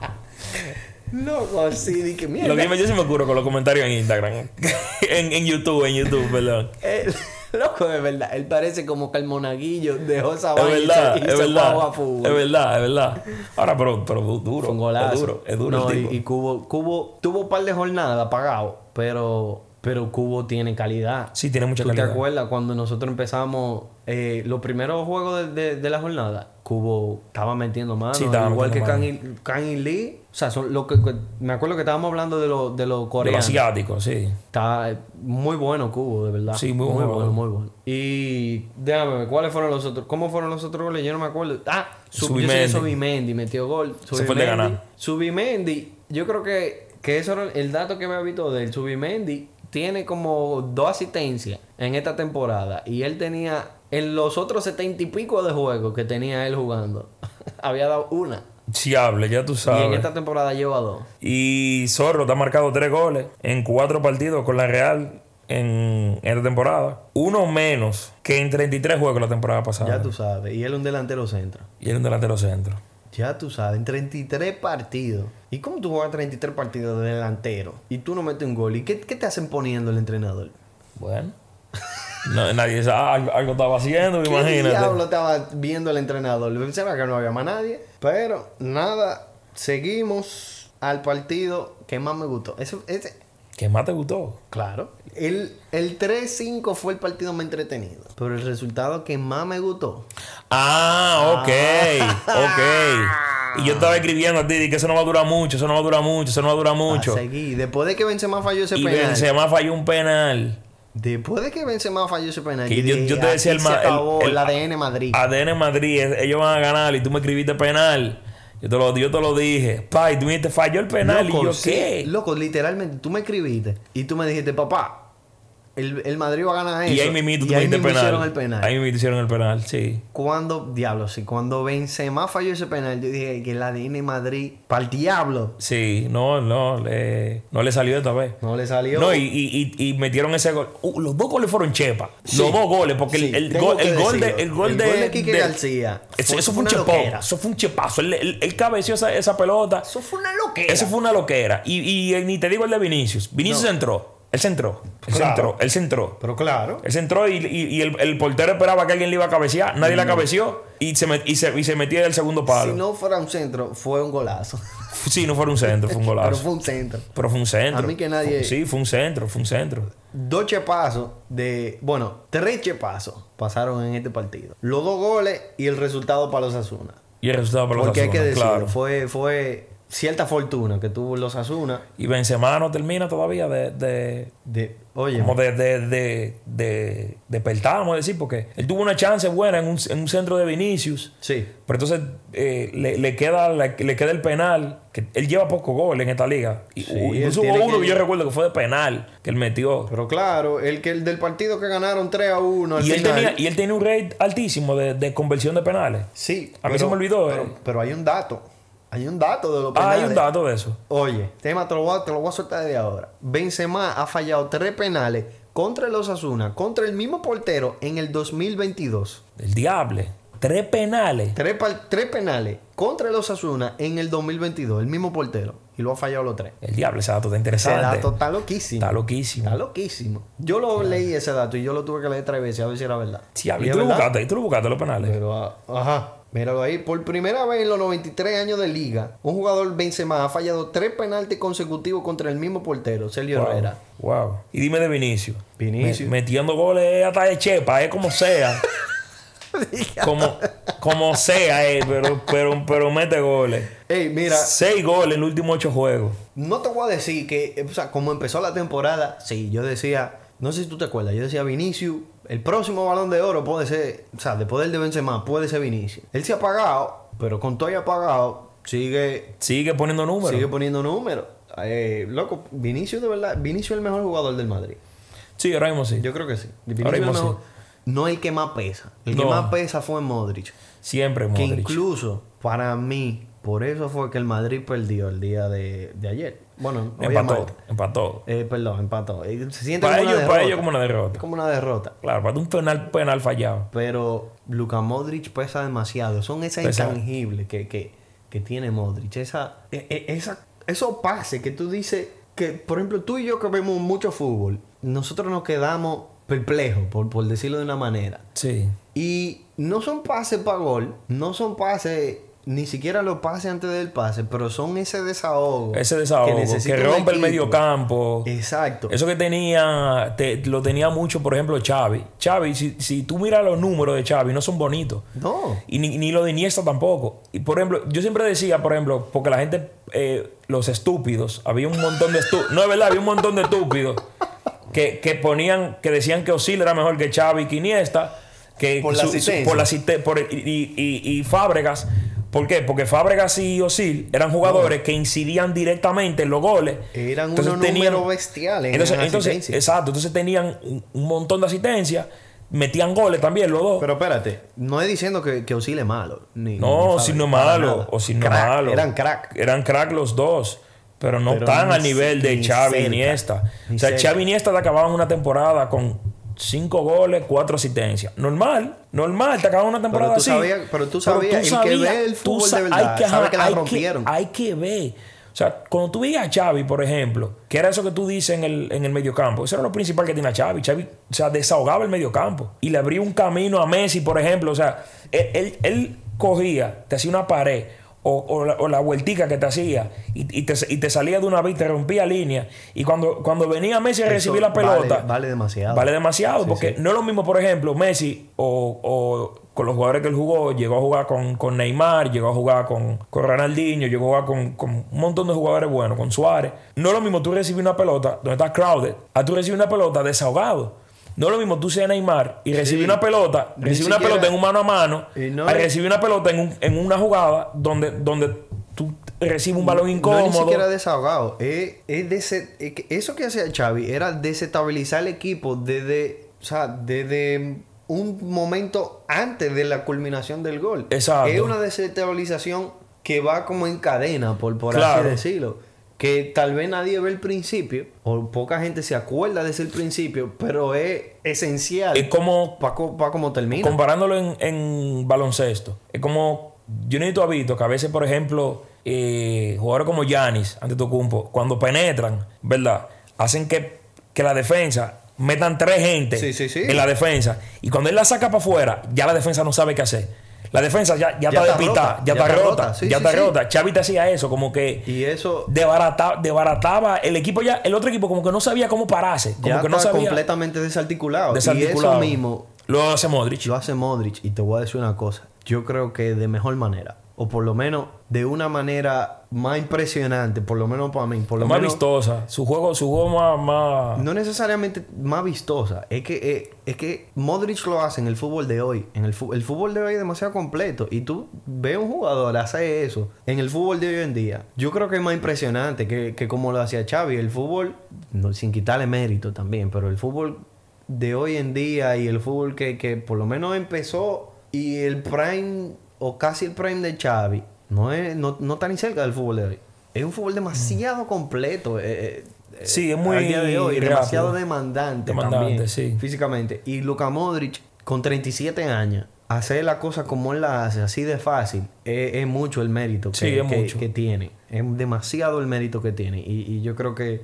Speaker 1: un Loco, sí, dije, mierda.
Speaker 2: Lo que yo, yo sí me curo con los comentarios en Instagram. (laughs) en, en YouTube, en YouTube, perdón.
Speaker 1: Eh, (laughs) loco, de verdad. Él parece como que el monaguillo dejó esa
Speaker 2: Es
Speaker 1: vaina y
Speaker 2: verdad,
Speaker 1: se- y
Speaker 2: es
Speaker 1: se fue a
Speaker 2: verdad.
Speaker 1: jugar fútbol.
Speaker 2: Es verdad, es verdad. Ahora, pero, pero du- duro.
Speaker 1: Fue un golazo.
Speaker 2: Es duro, es duro
Speaker 1: No,
Speaker 2: el
Speaker 1: y-
Speaker 2: tipo.
Speaker 1: Y, Cubo, Cubo tuvo un par de jornadas apagado, pero, pero Cubo tiene calidad.
Speaker 2: Sí, tiene mucha
Speaker 1: ¿Tú
Speaker 2: calidad.
Speaker 1: te acuerdas cuando nosotros empezamos eh, los primeros juegos de, de- de la jornada? Cubo estaba metiendo mano,
Speaker 2: Sí, estaba
Speaker 1: igual
Speaker 2: metiendo
Speaker 1: que Kang y Lee. O sea, son lo que, que- me acuerdo que estábamos hablando de los de los
Speaker 2: Por
Speaker 1: coreanos.
Speaker 2: asiático, sí.
Speaker 1: Está eh, muy bueno Cubo, de verdad.
Speaker 2: Sí, muy bueno.
Speaker 1: bueno, muy bueno. Y déjame ver, ¿cuáles fueron los otros? ¿Cómo fueron los otros goles? Yo no me acuerdo. Ah, Sub- yo sé que
Speaker 2: Subimendi.
Speaker 1: Subimendi metió gol.
Speaker 2: Se fue el de ganar.
Speaker 1: Subimendi, yo creo que, que eso era el dato que me visto del Subimendi. Tiene como dos asistencias en esta temporada. Y él tenía, en los otros setenta y pico de juegos que tenía él jugando, (laughs) había dado una.
Speaker 2: Chiable, ya tú
Speaker 1: Y en
Speaker 2: sabes.
Speaker 1: esta temporada lleva dos.
Speaker 2: Y Zorro te ha marcado tres goles en cuatro partidos con la Real en esta temporada. Uno menos que en 33 juegos la temporada pasada.
Speaker 1: Ya tú sabes. Y él un delantero centro.
Speaker 2: Y era un delantero centro.
Speaker 1: Ya tú sabes, en 33 partidos. ¿Y cómo tú juegas 33 partidos de delantero? Y tú no metes un gol. ¿Y qué, qué te hacen poniendo el entrenador?
Speaker 2: Bueno. No, nadie sabe, algo, algo estaba haciendo,
Speaker 1: (laughs) ¿Qué
Speaker 2: imagínate.
Speaker 1: diablo estaba viendo el entrenador? Pensaba que no había más nadie. Pero nada, seguimos al partido que más me gustó. Ese, ese-
Speaker 2: ¿Qué más te gustó?
Speaker 1: claro. El, el 3-5 fue el partido más entretenido. Pero el resultado que más me gustó.
Speaker 2: Ah, ok,
Speaker 1: Ah.
Speaker 2: ok. Y yo estaba escribiendo a ti, di que eso no va a durar mucho, eso no va a durar mucho, eso no va a
Speaker 1: Ah,
Speaker 2: durar mucho.
Speaker 1: Seguí. Después de que Benzema falló ese
Speaker 2: Y
Speaker 1: penal.
Speaker 2: Benzema falló un penal.
Speaker 1: Después de que Benzema falló ese penal,
Speaker 2: Que yo-
Speaker 1: dije,
Speaker 2: yo te decía
Speaker 1: aquí
Speaker 2: el ma-
Speaker 1: se acabó
Speaker 2: el-
Speaker 1: el,
Speaker 2: el-
Speaker 1: ADN Madrid.
Speaker 2: ADN Madrid, es- ellos van a ganar y tú me escribiste penal. Yo te lo, yo te lo dije. Pa, y tú me dijiste, falló el penal. y yo,
Speaker 1: sí,
Speaker 2: ¿qué?
Speaker 1: Loco, literalmente, tú me escribiste y tú me dijiste, papá, el, el Madrid va a ganar eso.
Speaker 2: Y ahí mismito tú
Speaker 1: Y
Speaker 2: me
Speaker 1: ahí
Speaker 2: dijiste
Speaker 1: mismo
Speaker 2: penal.
Speaker 1: hicieron el penal.
Speaker 2: Ahí me hicieron el penal, sí.
Speaker 1: Cuando, diablo, sí, cuando Benzema falló ese penal, yo dije que el ADN Madrid, para el diablo,
Speaker 2: Sí, no, no, le- no le salió esta vez.
Speaker 1: no le salió.
Speaker 2: No, y, y- y- y metieron ese gol. Uh, los dos goles fueron chepa. Los dos goles, porque
Speaker 1: Sí,
Speaker 2: el, el
Speaker 1: tengo
Speaker 2: gol,
Speaker 1: que
Speaker 2: el gol de.
Speaker 1: decirlo.
Speaker 2: El gol, de,
Speaker 1: Quique
Speaker 2: de-
Speaker 1: García.
Speaker 2: Eso, eso fue un
Speaker 1: una
Speaker 2: chepón.
Speaker 1: loquera.
Speaker 2: Eso fue un chepazo. Él, él- él cabeció esa, esa pelota.
Speaker 1: Eso fue una loquera.
Speaker 2: Eso fue una loquera. Y, y, eh, ni te digo el de Vinicius. Vinicius entró. Él se entró. Él se
Speaker 1: Claro.
Speaker 2: entró. Él se entró.
Speaker 1: Pero claro.
Speaker 2: Él se entró y, y- y el, el portero esperaba que alguien le iba a cabecear. Nadie la cabeceó y se, met- y se, y se metía del segundo palo.
Speaker 1: Si no fuera un centro, fue un golazo. (laughs)
Speaker 2: Sí, no fue un centro, fue un golazo.
Speaker 1: Pero
Speaker 2: pero,
Speaker 1: fue
Speaker 2: fue...
Speaker 1: un centro.
Speaker 2: un centro.
Speaker 1: A mí que nadie-
Speaker 2: Fue- Sí, fue un centro, fue un centro.
Speaker 1: Dos chepazos de. Bueno, tres chepazos pasaron en este partido. Los dos goles y el resultado para los Asuna.
Speaker 2: Y el resultado para los
Speaker 1: Porque hay que
Speaker 2: Asuna,
Speaker 1: decirlo,
Speaker 2: claro.
Speaker 1: fue, fue cierta fortuna que tuvo los Asuna.
Speaker 2: Y Benzema no termina todavía de, de-
Speaker 1: De, oye,
Speaker 2: como de, de, de, de despertar, vamos a decir, porque él tuvo una chance buena en un, en un centro de Vinicius.
Speaker 1: sí.
Speaker 2: Pero entonces eh, le, le queda, la- le queda el penal. Que él lleva poco gol en esta liga. Y,
Speaker 1: Sí,
Speaker 2: u-
Speaker 1: él
Speaker 2: incluso hubo
Speaker 1: tiene
Speaker 2: uno
Speaker 1: que-
Speaker 2: que yo recuerdo que fue de penal que él metió.
Speaker 1: Pero claro, el que el del partido que ganaron 3 a 1 al
Speaker 2: Y él,
Speaker 1: final.
Speaker 2: tenía, y él tenía un rate altísimo de, de conversión de penales.
Speaker 1: Sí.
Speaker 2: A mí se me olvidó,
Speaker 1: Pero,
Speaker 2: eh.
Speaker 1: pero hay un dato. Hay un dato de los
Speaker 2: Ah,
Speaker 1: penales.
Speaker 2: hay un dato de eso.
Speaker 1: Oye, tema te lo, voy a, te lo voy a soltar de ahora. Benzema ha fallado tres penales contra los Asuna, contra el mismo portero en el 2022.
Speaker 2: El diable. Tres penales.
Speaker 1: Tres, pal- tres penales contra los Asuna en el 2022, el mismo portero. Y lo ha fallado los tres.
Speaker 2: El diablo, ese dato está
Speaker 1: Ese
Speaker 2: interesante.
Speaker 1: dato está loquísimo.
Speaker 2: Está loquísimo.
Speaker 1: Está loquísimo. Yo lo leí ese dato y yo lo tuve que leer tres veces a ver si era verdad.
Speaker 2: Diablo,
Speaker 1: Y
Speaker 2: ¿y
Speaker 1: es
Speaker 2: tú, lo
Speaker 1: verdad.
Speaker 2: buscaste, ¿Y tú lo buscaste los penales.
Speaker 1: Pero, ah, ajá, míralo ahí. Por primera vez en los 93 años de liga, un jugador Benzema ha fallado tres penaltis consecutivos contra el mismo portero, Sergio
Speaker 2: Wow.
Speaker 1: Herrera.
Speaker 2: Wow. Y dime de Vinicio.
Speaker 1: Vinicius.
Speaker 2: Me- metiendo goles hasta de chepa, es
Speaker 1: (laughs)
Speaker 2: como sea. como, como sea, eh, pero, pero, pero mete goles.
Speaker 1: Ey, mira,
Speaker 2: Seis goles en los últimos ocho juegos.
Speaker 1: no te voy a decir que, eh, o sea, como empezó la temporada, sí, yo decía, no sé si tú te acuerdas, yo decía Vinicius, el próximo balón de oro puede ser, o sea, después del de Benzema, puede ser Vinicius. Él se ha apagado, pero con todo y apagado, sigue,
Speaker 2: Sigue poniendo números.
Speaker 1: sigue poniendo números. Eh, loco, Vinicius de verdad, Vinicius es el mejor jugador del Madrid.
Speaker 2: Sí, ahora mismo sí.
Speaker 1: Yo creo que sí.
Speaker 2: Ahora mismo
Speaker 1: Vinicius no- No el que más pesa. El que
Speaker 2: No.
Speaker 1: más pesa fue Modric.
Speaker 2: Siempre,
Speaker 1: Que
Speaker 2: Modric.
Speaker 1: incluso para mí, por eso fue que el Madrid perdió el día de, de ayer. Bueno, hoy es
Speaker 2: Empató.
Speaker 1: martes.
Speaker 2: Empató.
Speaker 1: Eh, perdón, empató. Eh, Se siente
Speaker 2: Para
Speaker 1: como,
Speaker 2: ellos,
Speaker 1: una
Speaker 2: para
Speaker 1: derrota.
Speaker 2: ellos como una derrota.
Speaker 1: como una derrota.
Speaker 2: Claro, para un penal, penal fallado.
Speaker 1: Pero Luka Modric pesa demasiado. Son esas
Speaker 2: Pesa.
Speaker 1: intangibles que, que, que tiene Modric. Esa, e- e- esa, esos pases que tú dices que, por ejemplo, tú y yo que vemos mucho fútbol, nosotros nos quedamos perplejos, por, por decirlo de una manera.
Speaker 2: Sí.
Speaker 1: Y no son pases para gol, no son pases, ni siquiera los pases antes del pase, pero son ese desahogo.
Speaker 2: Ese desahogo que,
Speaker 1: necesita un
Speaker 2: rompe el
Speaker 1: equipo. Eh,
Speaker 2: medio campo.
Speaker 1: Exacto.
Speaker 2: Eso que tenía, te- lo tenía mucho, por ejemplo, Xavi. Xavi, si, si tú miras los números de Xavi, no son bonitos.
Speaker 1: No.
Speaker 2: Y ni, ni lo de Iniesta tampoco. Y por ejemplo, yo siempre decía, por ejemplo, porque la gente, eh, los estúpidos, había un montón de estúpidos. No es verdad, había un montón de estúpidos que, que ponían, que decían que Osil era mejor que Xavi y que Iniesta. Que
Speaker 1: Por la asistencia.
Speaker 2: por la asiste- por- y, y- y- y Fábregas. ¿Por qué? Porque Fábregas y Osil eran jugadores que incidían directamente en los goles.
Speaker 1: Eran
Speaker 2: Entonces
Speaker 1: unos
Speaker 2: tenían-
Speaker 1: números bestiales. en
Speaker 2: Entonces,
Speaker 1: las
Speaker 2: entonces,
Speaker 1: asistencias.
Speaker 2: exacto. Entonces tenían un, un montón de asistencia, metían goles también los dos.
Speaker 1: Pero espérate, no es diciendo que, que Osil es malo. Ni,
Speaker 2: no, si no es malo, o si
Speaker 1: si
Speaker 2: no es malo.
Speaker 1: Eran crack.
Speaker 2: Eran crack los dos, pero no
Speaker 1: Pero
Speaker 2: tan
Speaker 1: ni
Speaker 2: al nivel de
Speaker 1: ni
Speaker 2: Xavi
Speaker 1: cerca,
Speaker 2: y Iniesta.
Speaker 1: ni
Speaker 2: O sea,
Speaker 1: cerca.
Speaker 2: Xavi y Iniesta te acababan una temporada con cinco goles, cuatro asistencias. Normal, normal, te acababan una temporada
Speaker 1: tú
Speaker 2: así.
Speaker 1: sabías- pero tú sabías, el que ve el
Speaker 2: tú
Speaker 1: fútbol de
Speaker 2: sa-
Speaker 1: verdad sabe que la
Speaker 2: hay
Speaker 1: rompieron.
Speaker 2: hay que ver. O sea, cuando tú veías a Xavi, por ejemplo, que era eso que tú dices en el, en el mediocampo, eso era lo principal que tiene a Xavi. Xavi, o sea, desahogaba el mediocampo y le abría un camino a Messi, por ejemplo. O sea, él, él- él cogía, te hacía una pared o, o la, o la vueltica que te hacía y, y te, y te salía de una vez, te rompía línea. Y cuando, cuando venía Messi a recibir
Speaker 1: Eso
Speaker 2: la pelota,
Speaker 1: Vale, vale demasiado.
Speaker 2: Vale demasiado,
Speaker 1: Sí,
Speaker 2: porque no es lo mismo, por ejemplo, Messi o, o con los jugadores que él jugó, llegó a jugar con, con Neymar, llegó a jugar con, con Ronaldinho, llegó a jugar con, con un montón de jugadores buenos, con Suárez. No es lo mismo tú recibir una pelota donde estás crowded, a tú recibir una pelota desahogado. No es lo mismo tú ser Neymar y recibir
Speaker 1: Sí.
Speaker 2: una pelota,
Speaker 1: Ni
Speaker 2: recibir una
Speaker 1: siquiera-
Speaker 2: pelota en un mano a mano,
Speaker 1: Y no
Speaker 2: a
Speaker 1: es-
Speaker 2: recibir una pelota en, un- en una jugada donde, donde tú recibes un balón incómodo.
Speaker 1: No es ni siquiera desahogado. Es, es dese- es que eso que hacía Xavi era desestabilizar el equipo desde, o sea, desde un momento antes de la culminación del gol.
Speaker 2: Exacto.
Speaker 1: Es una desestabilización que va como en cadena, por, por
Speaker 2: Claro.
Speaker 1: así decirlo. Que tal vez nadie ve el principio, o poca gente se acuerda de ese principio, pero es esencial
Speaker 2: es como
Speaker 1: para cómo termina.
Speaker 2: comparándolo en, en baloncesto, es como yo necesito a Vito, que a veces, por ejemplo, eh, jugadores como Yanis, ante Tocumpo, cuando penetran, ¿verdad? Hacen que que la defensa metan tres gente
Speaker 1: Sí, sí, sí.
Speaker 2: en la defensa. Y cuando él la saca para afuera, ya la defensa no sabe qué hacer. La defensa ya, ya,
Speaker 1: Ya
Speaker 2: está
Speaker 1: está
Speaker 2: despistada,
Speaker 1: rota,
Speaker 2: ya, está rota,
Speaker 1: sí,
Speaker 2: ya
Speaker 1: sí,
Speaker 2: está
Speaker 1: sí.
Speaker 2: rota. Xavi te hacía eso, como que
Speaker 1: Y eso
Speaker 2: debarata- debarataba el equipo ya, el otro equipo como que no sabía cómo pararse, como
Speaker 1: ya
Speaker 2: que no
Speaker 1: está
Speaker 2: sabía
Speaker 1: completamente desarticulado.
Speaker 2: desarticulado.
Speaker 1: Y eso mismo
Speaker 2: lo hace Modric.
Speaker 1: lo hace Modric. Y te voy a decir una cosa. Yo creo que de mejor manera. O por lo menos de una manera más impresionante. Por lo menos para mí. Por lo
Speaker 2: más
Speaker 1: menos,
Speaker 2: vistosa, su juego, su juego más, más-
Speaker 1: No necesariamente más vistosa. Es que, eh, es que Modric lo hace en el fútbol de hoy. En el, fu- el fútbol de hoy es demasiado completo. Y tú ves un jugador hacer eso en el fútbol de hoy en día. Yo creo que es más impresionante que, que como lo hacía Xavi. El fútbol, no, sin quitarle mérito también, pero el fútbol de hoy en día y el fútbol que, que por lo menos empezó y el prime o casi el prime de Xavi no, es, no, no está ni cerca del fútbol de hoy. Es un fútbol demasiado completo. eh, eh,
Speaker 2: Sí, es muy
Speaker 1: al día de hoy,
Speaker 2: rápido.
Speaker 1: demasiado demandante,
Speaker 2: Demandante,
Speaker 1: también,
Speaker 2: sí.
Speaker 1: físicamente. Y Luka Modric, con 37 años, hacer la cosa como él la hace, así de fácil, es, es mucho el mérito que,
Speaker 2: Sí, es
Speaker 1: que-
Speaker 2: mucho.
Speaker 1: que tiene. Es demasiado el mérito que tiene. Y, y yo creo que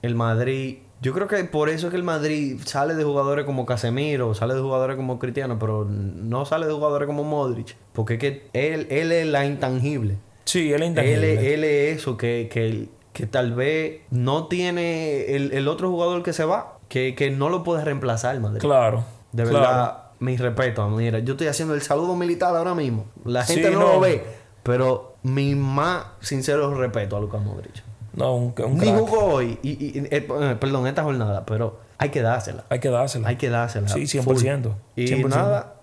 Speaker 1: el Madrid... Yo creo que por eso es que el Madrid sale de jugadores como Casemiro, sale de jugadores como Cristiano, pero no sale de jugadores como Modric, porque es que él, él es la intangible.
Speaker 2: Sí, él
Speaker 1: Él,
Speaker 2: es intangible.
Speaker 1: es- él es eso que, que, que tal vez no tiene el, el otro jugador que se va, que, que no lo puede reemplazar, Madrid.
Speaker 2: Claro.
Speaker 1: De
Speaker 2: claro.
Speaker 1: verdad, mi respeto. Mira, yo estoy haciendo el saludo militar ahora mismo. La
Speaker 2: Sí,
Speaker 1: gente no,
Speaker 2: no.
Speaker 1: lo ve, pero mi más sincero respeto a Lucas Modric.
Speaker 2: No, un, un
Speaker 1: Ni
Speaker 2: crack.
Speaker 1: jugó hoy, y, y- y- eh, perdón, esta jornada, pero hay que dársela.
Speaker 2: Hay que dársela.
Speaker 1: Hay que dársela.
Speaker 2: Sí, 100%,
Speaker 1: full. Y
Speaker 2: 100%.
Speaker 1: nada,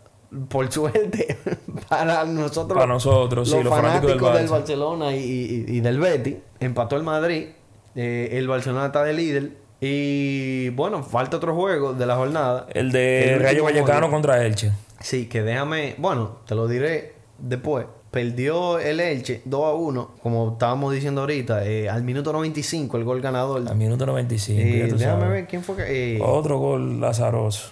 Speaker 1: por suerte, (laughs) para nosotros.
Speaker 2: Para nosotros, sí, los fanáticos del
Speaker 1: del,
Speaker 2: Barça.
Speaker 1: Barcelona y, y- y del Betis. Empató el Madrid. eh, el Barcelona está de líder. Y bueno, falta otro juego de la jornada.
Speaker 2: El de
Speaker 1: El
Speaker 2: Rayo
Speaker 1: último
Speaker 2: Vallecano
Speaker 1: juego.
Speaker 2: contra Elche.
Speaker 1: Sí, que déjame. Bueno, te lo diré después. Perdió el Elche 2 a 1, como estábamos diciendo ahorita, eh, al minuto 95, el gol ganador.
Speaker 2: Al minuto 95.
Speaker 1: Eh,
Speaker 2: ya tú
Speaker 1: déjame
Speaker 2: sabes. Oh.
Speaker 1: ver quién fue que. eh,
Speaker 2: Otro gol lazaroso.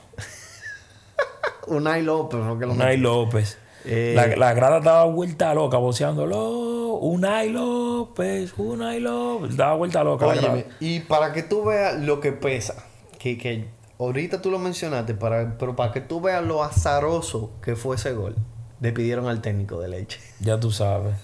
Speaker 1: Unai López, porque lo
Speaker 2: Unai López.
Speaker 1: Eh.
Speaker 2: la, la grada estaba vuelta loca, voceándolo. Unai López, Unai López. Estaba vuelta loca la
Speaker 1: Óyeme,
Speaker 2: grada.
Speaker 1: y para que tú veas lo que pesa, que, que ahorita tú lo mencionaste, para, pero para que tú veas lo azaroso que fue ese gol, le pidieron al técnico de leche.
Speaker 2: Ya
Speaker 1: (laughs)
Speaker 2: tú sabes.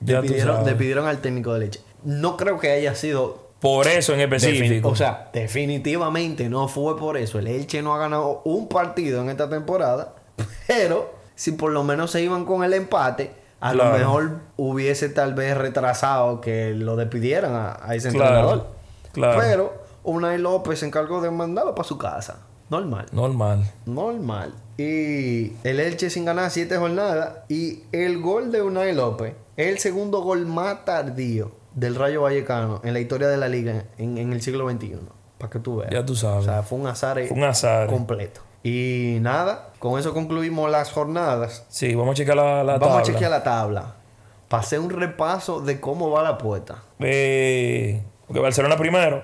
Speaker 1: Le
Speaker 2: ya tú
Speaker 1: pidieron, le
Speaker 2: sabes.
Speaker 1: pidieron al técnico de leche. No creo que haya sido...
Speaker 2: Por eso en
Speaker 1: defini-
Speaker 2: específico.
Speaker 1: O sea, definitivamente no fue por eso. El Elche no ha ganado un partido en esta temporada, (laughs) pero si por lo menos se iban con el empate, a
Speaker 2: Claro.
Speaker 1: lo mejor hubiese tal vez retrasado que lo despidieran a, a ese
Speaker 2: claro.
Speaker 1: entrenador.
Speaker 2: Claro.
Speaker 1: Pero Unai López se encargó de mandarlo para su casa. Normal.
Speaker 2: Normal.
Speaker 1: Normal. Y el Elche sin ganar siete jornadas. Y el gol de Unai López es el segundo gol más tardío del Rayo Vallecano en la historia de la liga en, en el siglo XXI. Para que tú veas.
Speaker 2: Ya tú sabes.
Speaker 1: O sea, fue un azar eh,
Speaker 2: Fue un azar.
Speaker 1: completo. Y nada, con eso concluimos las jornadas.
Speaker 2: Sí, vamos a checar la, la
Speaker 1: Vamos a
Speaker 2: tabla.
Speaker 1: chequear la tabla. Pasé un repaso de cómo va la puerta.
Speaker 2: Eh, porque Barcelona primero.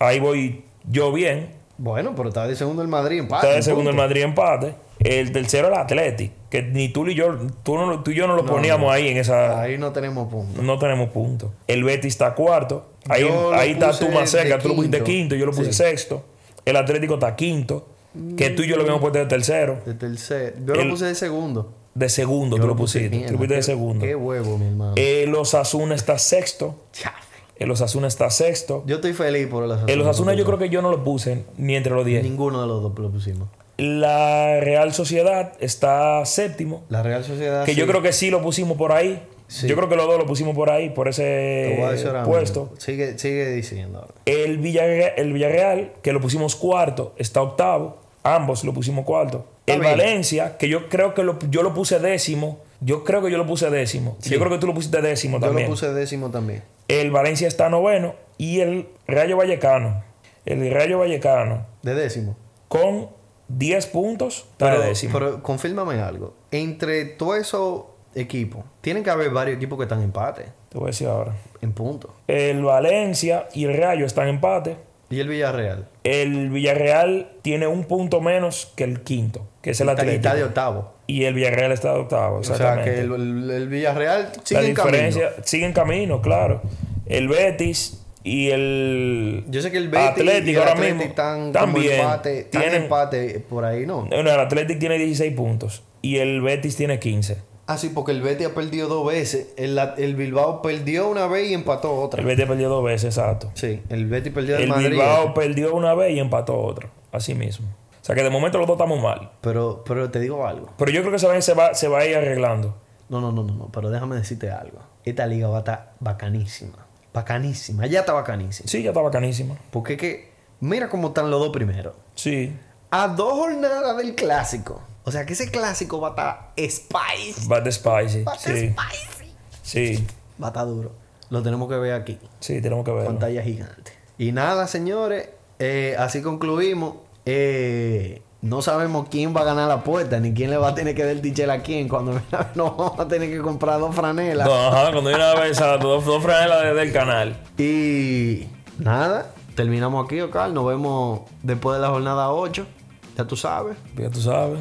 Speaker 2: Ahí voy yo bien.
Speaker 1: Bueno, pero está de segundo el Madrid. Empate,
Speaker 2: Está de
Speaker 1: un
Speaker 2: segundo el
Speaker 1: Ah, punto.
Speaker 2: Madri empate. El tercero el Athletic. Que ni tú ni yo, tú, no- tú y yo no lo poníamos ahí en esa.
Speaker 1: Ahí no tenemos punto.
Speaker 2: No tenemos puntos. El Betis está cuarto. Ahí,
Speaker 1: Yo lo
Speaker 2: ahí está
Speaker 1: puse
Speaker 2: tú más
Speaker 1: de
Speaker 2: cerca. Tú lo pusiste
Speaker 1: quinto.
Speaker 2: quinto, yo lo puse
Speaker 1: Sí.
Speaker 2: sexto. El Atlético está quinto. Que tú y yo lo habíamos puesto de tercero.
Speaker 1: De tercer. Yo
Speaker 2: El-
Speaker 1: lo puse de segundo.
Speaker 2: De segundo, tú lo pusiste. Tú
Speaker 1: Mierda,
Speaker 2: lo pusiste de
Speaker 1: qué-
Speaker 2: segundo.
Speaker 1: Qué huevo, mi hermano.
Speaker 2: El Osasuna está sexto.
Speaker 1: Chafle.
Speaker 2: El Osasuna está sexto.
Speaker 1: Yo estoy feliz por el Osasuna.
Speaker 2: El Osasuna yo creo que yo no lo puse ni entre los diez.
Speaker 1: Ninguno de los dos lo pusimos.
Speaker 2: La Real Sociedad está séptimo.
Speaker 1: La Real Sociedad.
Speaker 2: Que yo
Speaker 1: Ah, sí,
Speaker 2: creo que sí lo pusimos por ahí.
Speaker 1: Sí.
Speaker 2: Yo creo que los dos lo pusimos por ahí, por
Speaker 1: te
Speaker 2: ese
Speaker 1: voy a decir ahora
Speaker 2: puesto.
Speaker 1: mismo. Sigue, sigue diciendo. ahora.
Speaker 2: El Villarreal, el Villarreal, que lo pusimos cuarto, está octavo. Ambos lo pusimos cuarto. El
Speaker 1: bien.
Speaker 2: Valencia, que yo creo que lo- yo lo puse décimo. Yo creo que yo lo puse décimo. Yo creo que tú lo pusiste décimo
Speaker 1: Yo
Speaker 2: también.
Speaker 1: lo puse décimo también.
Speaker 2: El Valencia está noveno. Y el Rayo Vallecano. El Rayo Vallecano
Speaker 1: De décimo.
Speaker 2: con 10 puntos está
Speaker 1: Pero,
Speaker 2: de décimo.
Speaker 1: pero confírmame algo. Entre todos esos equipos, tienen que haber varios equipos que están en empate.
Speaker 2: Te voy a decir ahora.
Speaker 1: En punto.
Speaker 2: El Valencia y el Rayo están en empate.
Speaker 1: Y el Villarreal.
Speaker 2: El Villarreal tiene un punto menos que el quinto, que es el
Speaker 1: Está, y está de
Speaker 2: Atlético.
Speaker 1: octavo.
Speaker 2: Y el Villarreal está de octavo,
Speaker 1: O sea
Speaker 2: exactamente.
Speaker 1: que el, el- el Villarreal
Speaker 2: La
Speaker 1: sigue en camino.
Speaker 2: diferencia sigue en camino, claro. El Betis y el
Speaker 1: Yo sé que el Betis
Speaker 2: Atlético
Speaker 1: y el
Speaker 2: ahora
Speaker 1: Atleti
Speaker 2: mismo
Speaker 1: están como
Speaker 2: también
Speaker 1: empate, están
Speaker 2: tienen-
Speaker 1: empate por ahí, ¿no?
Speaker 2: no, el Atlético tiene 16 puntos y el Betis tiene 15.
Speaker 1: Ah, sí, porque el Betis ha perdido dos veces. El, el Bilbao perdió una vez y empató otra.
Speaker 2: El Betis perdió dos veces, exacto.
Speaker 1: Sí, el Betis perdió el
Speaker 2: El
Speaker 1: Madrid.
Speaker 2: Bilbao perdió una vez y empató otra, así mismo. O sea que de momento los dos estamos mal.
Speaker 1: Pero, pero te digo algo.
Speaker 2: Pero yo creo que se va, se va, se va a ir arreglando.
Speaker 1: No, no, no, no, no, pero déjame decirte algo. Esta liga va a estar bacanísima. Bacanísima, ya está bacanísima.
Speaker 2: Sí, ya está bacanísima.
Speaker 1: Porque es que, mira cómo están los dos primeros.
Speaker 2: Sí.
Speaker 1: A dos jornadas del clásico. O sea que ese clásico va a estar spicy.
Speaker 2: Bad Spicy.
Speaker 1: Va a estar
Speaker 2: Sí.
Speaker 1: spicy.
Speaker 2: Sí.
Speaker 1: Va a estar duro. Lo tenemos que ver aquí.
Speaker 2: Sí, tenemos que verlo.
Speaker 1: Pantalla gigante. Y nada, señores. eh, así concluimos. Eh, no sabemos quién va a ganar la apuesta, ni quién le va a tener que dar el tichel a quién. Cuando (laughs) nos vamos a tener que comprar dos franelas.
Speaker 2: No, ajá, cuando viene a ver esa dos, dos franelas de- del canal.
Speaker 1: Y nada, terminamos aquí, Ocal. Nos vemos después de la jornada 8. Ya tú sabes.
Speaker 2: Ya tú sabes.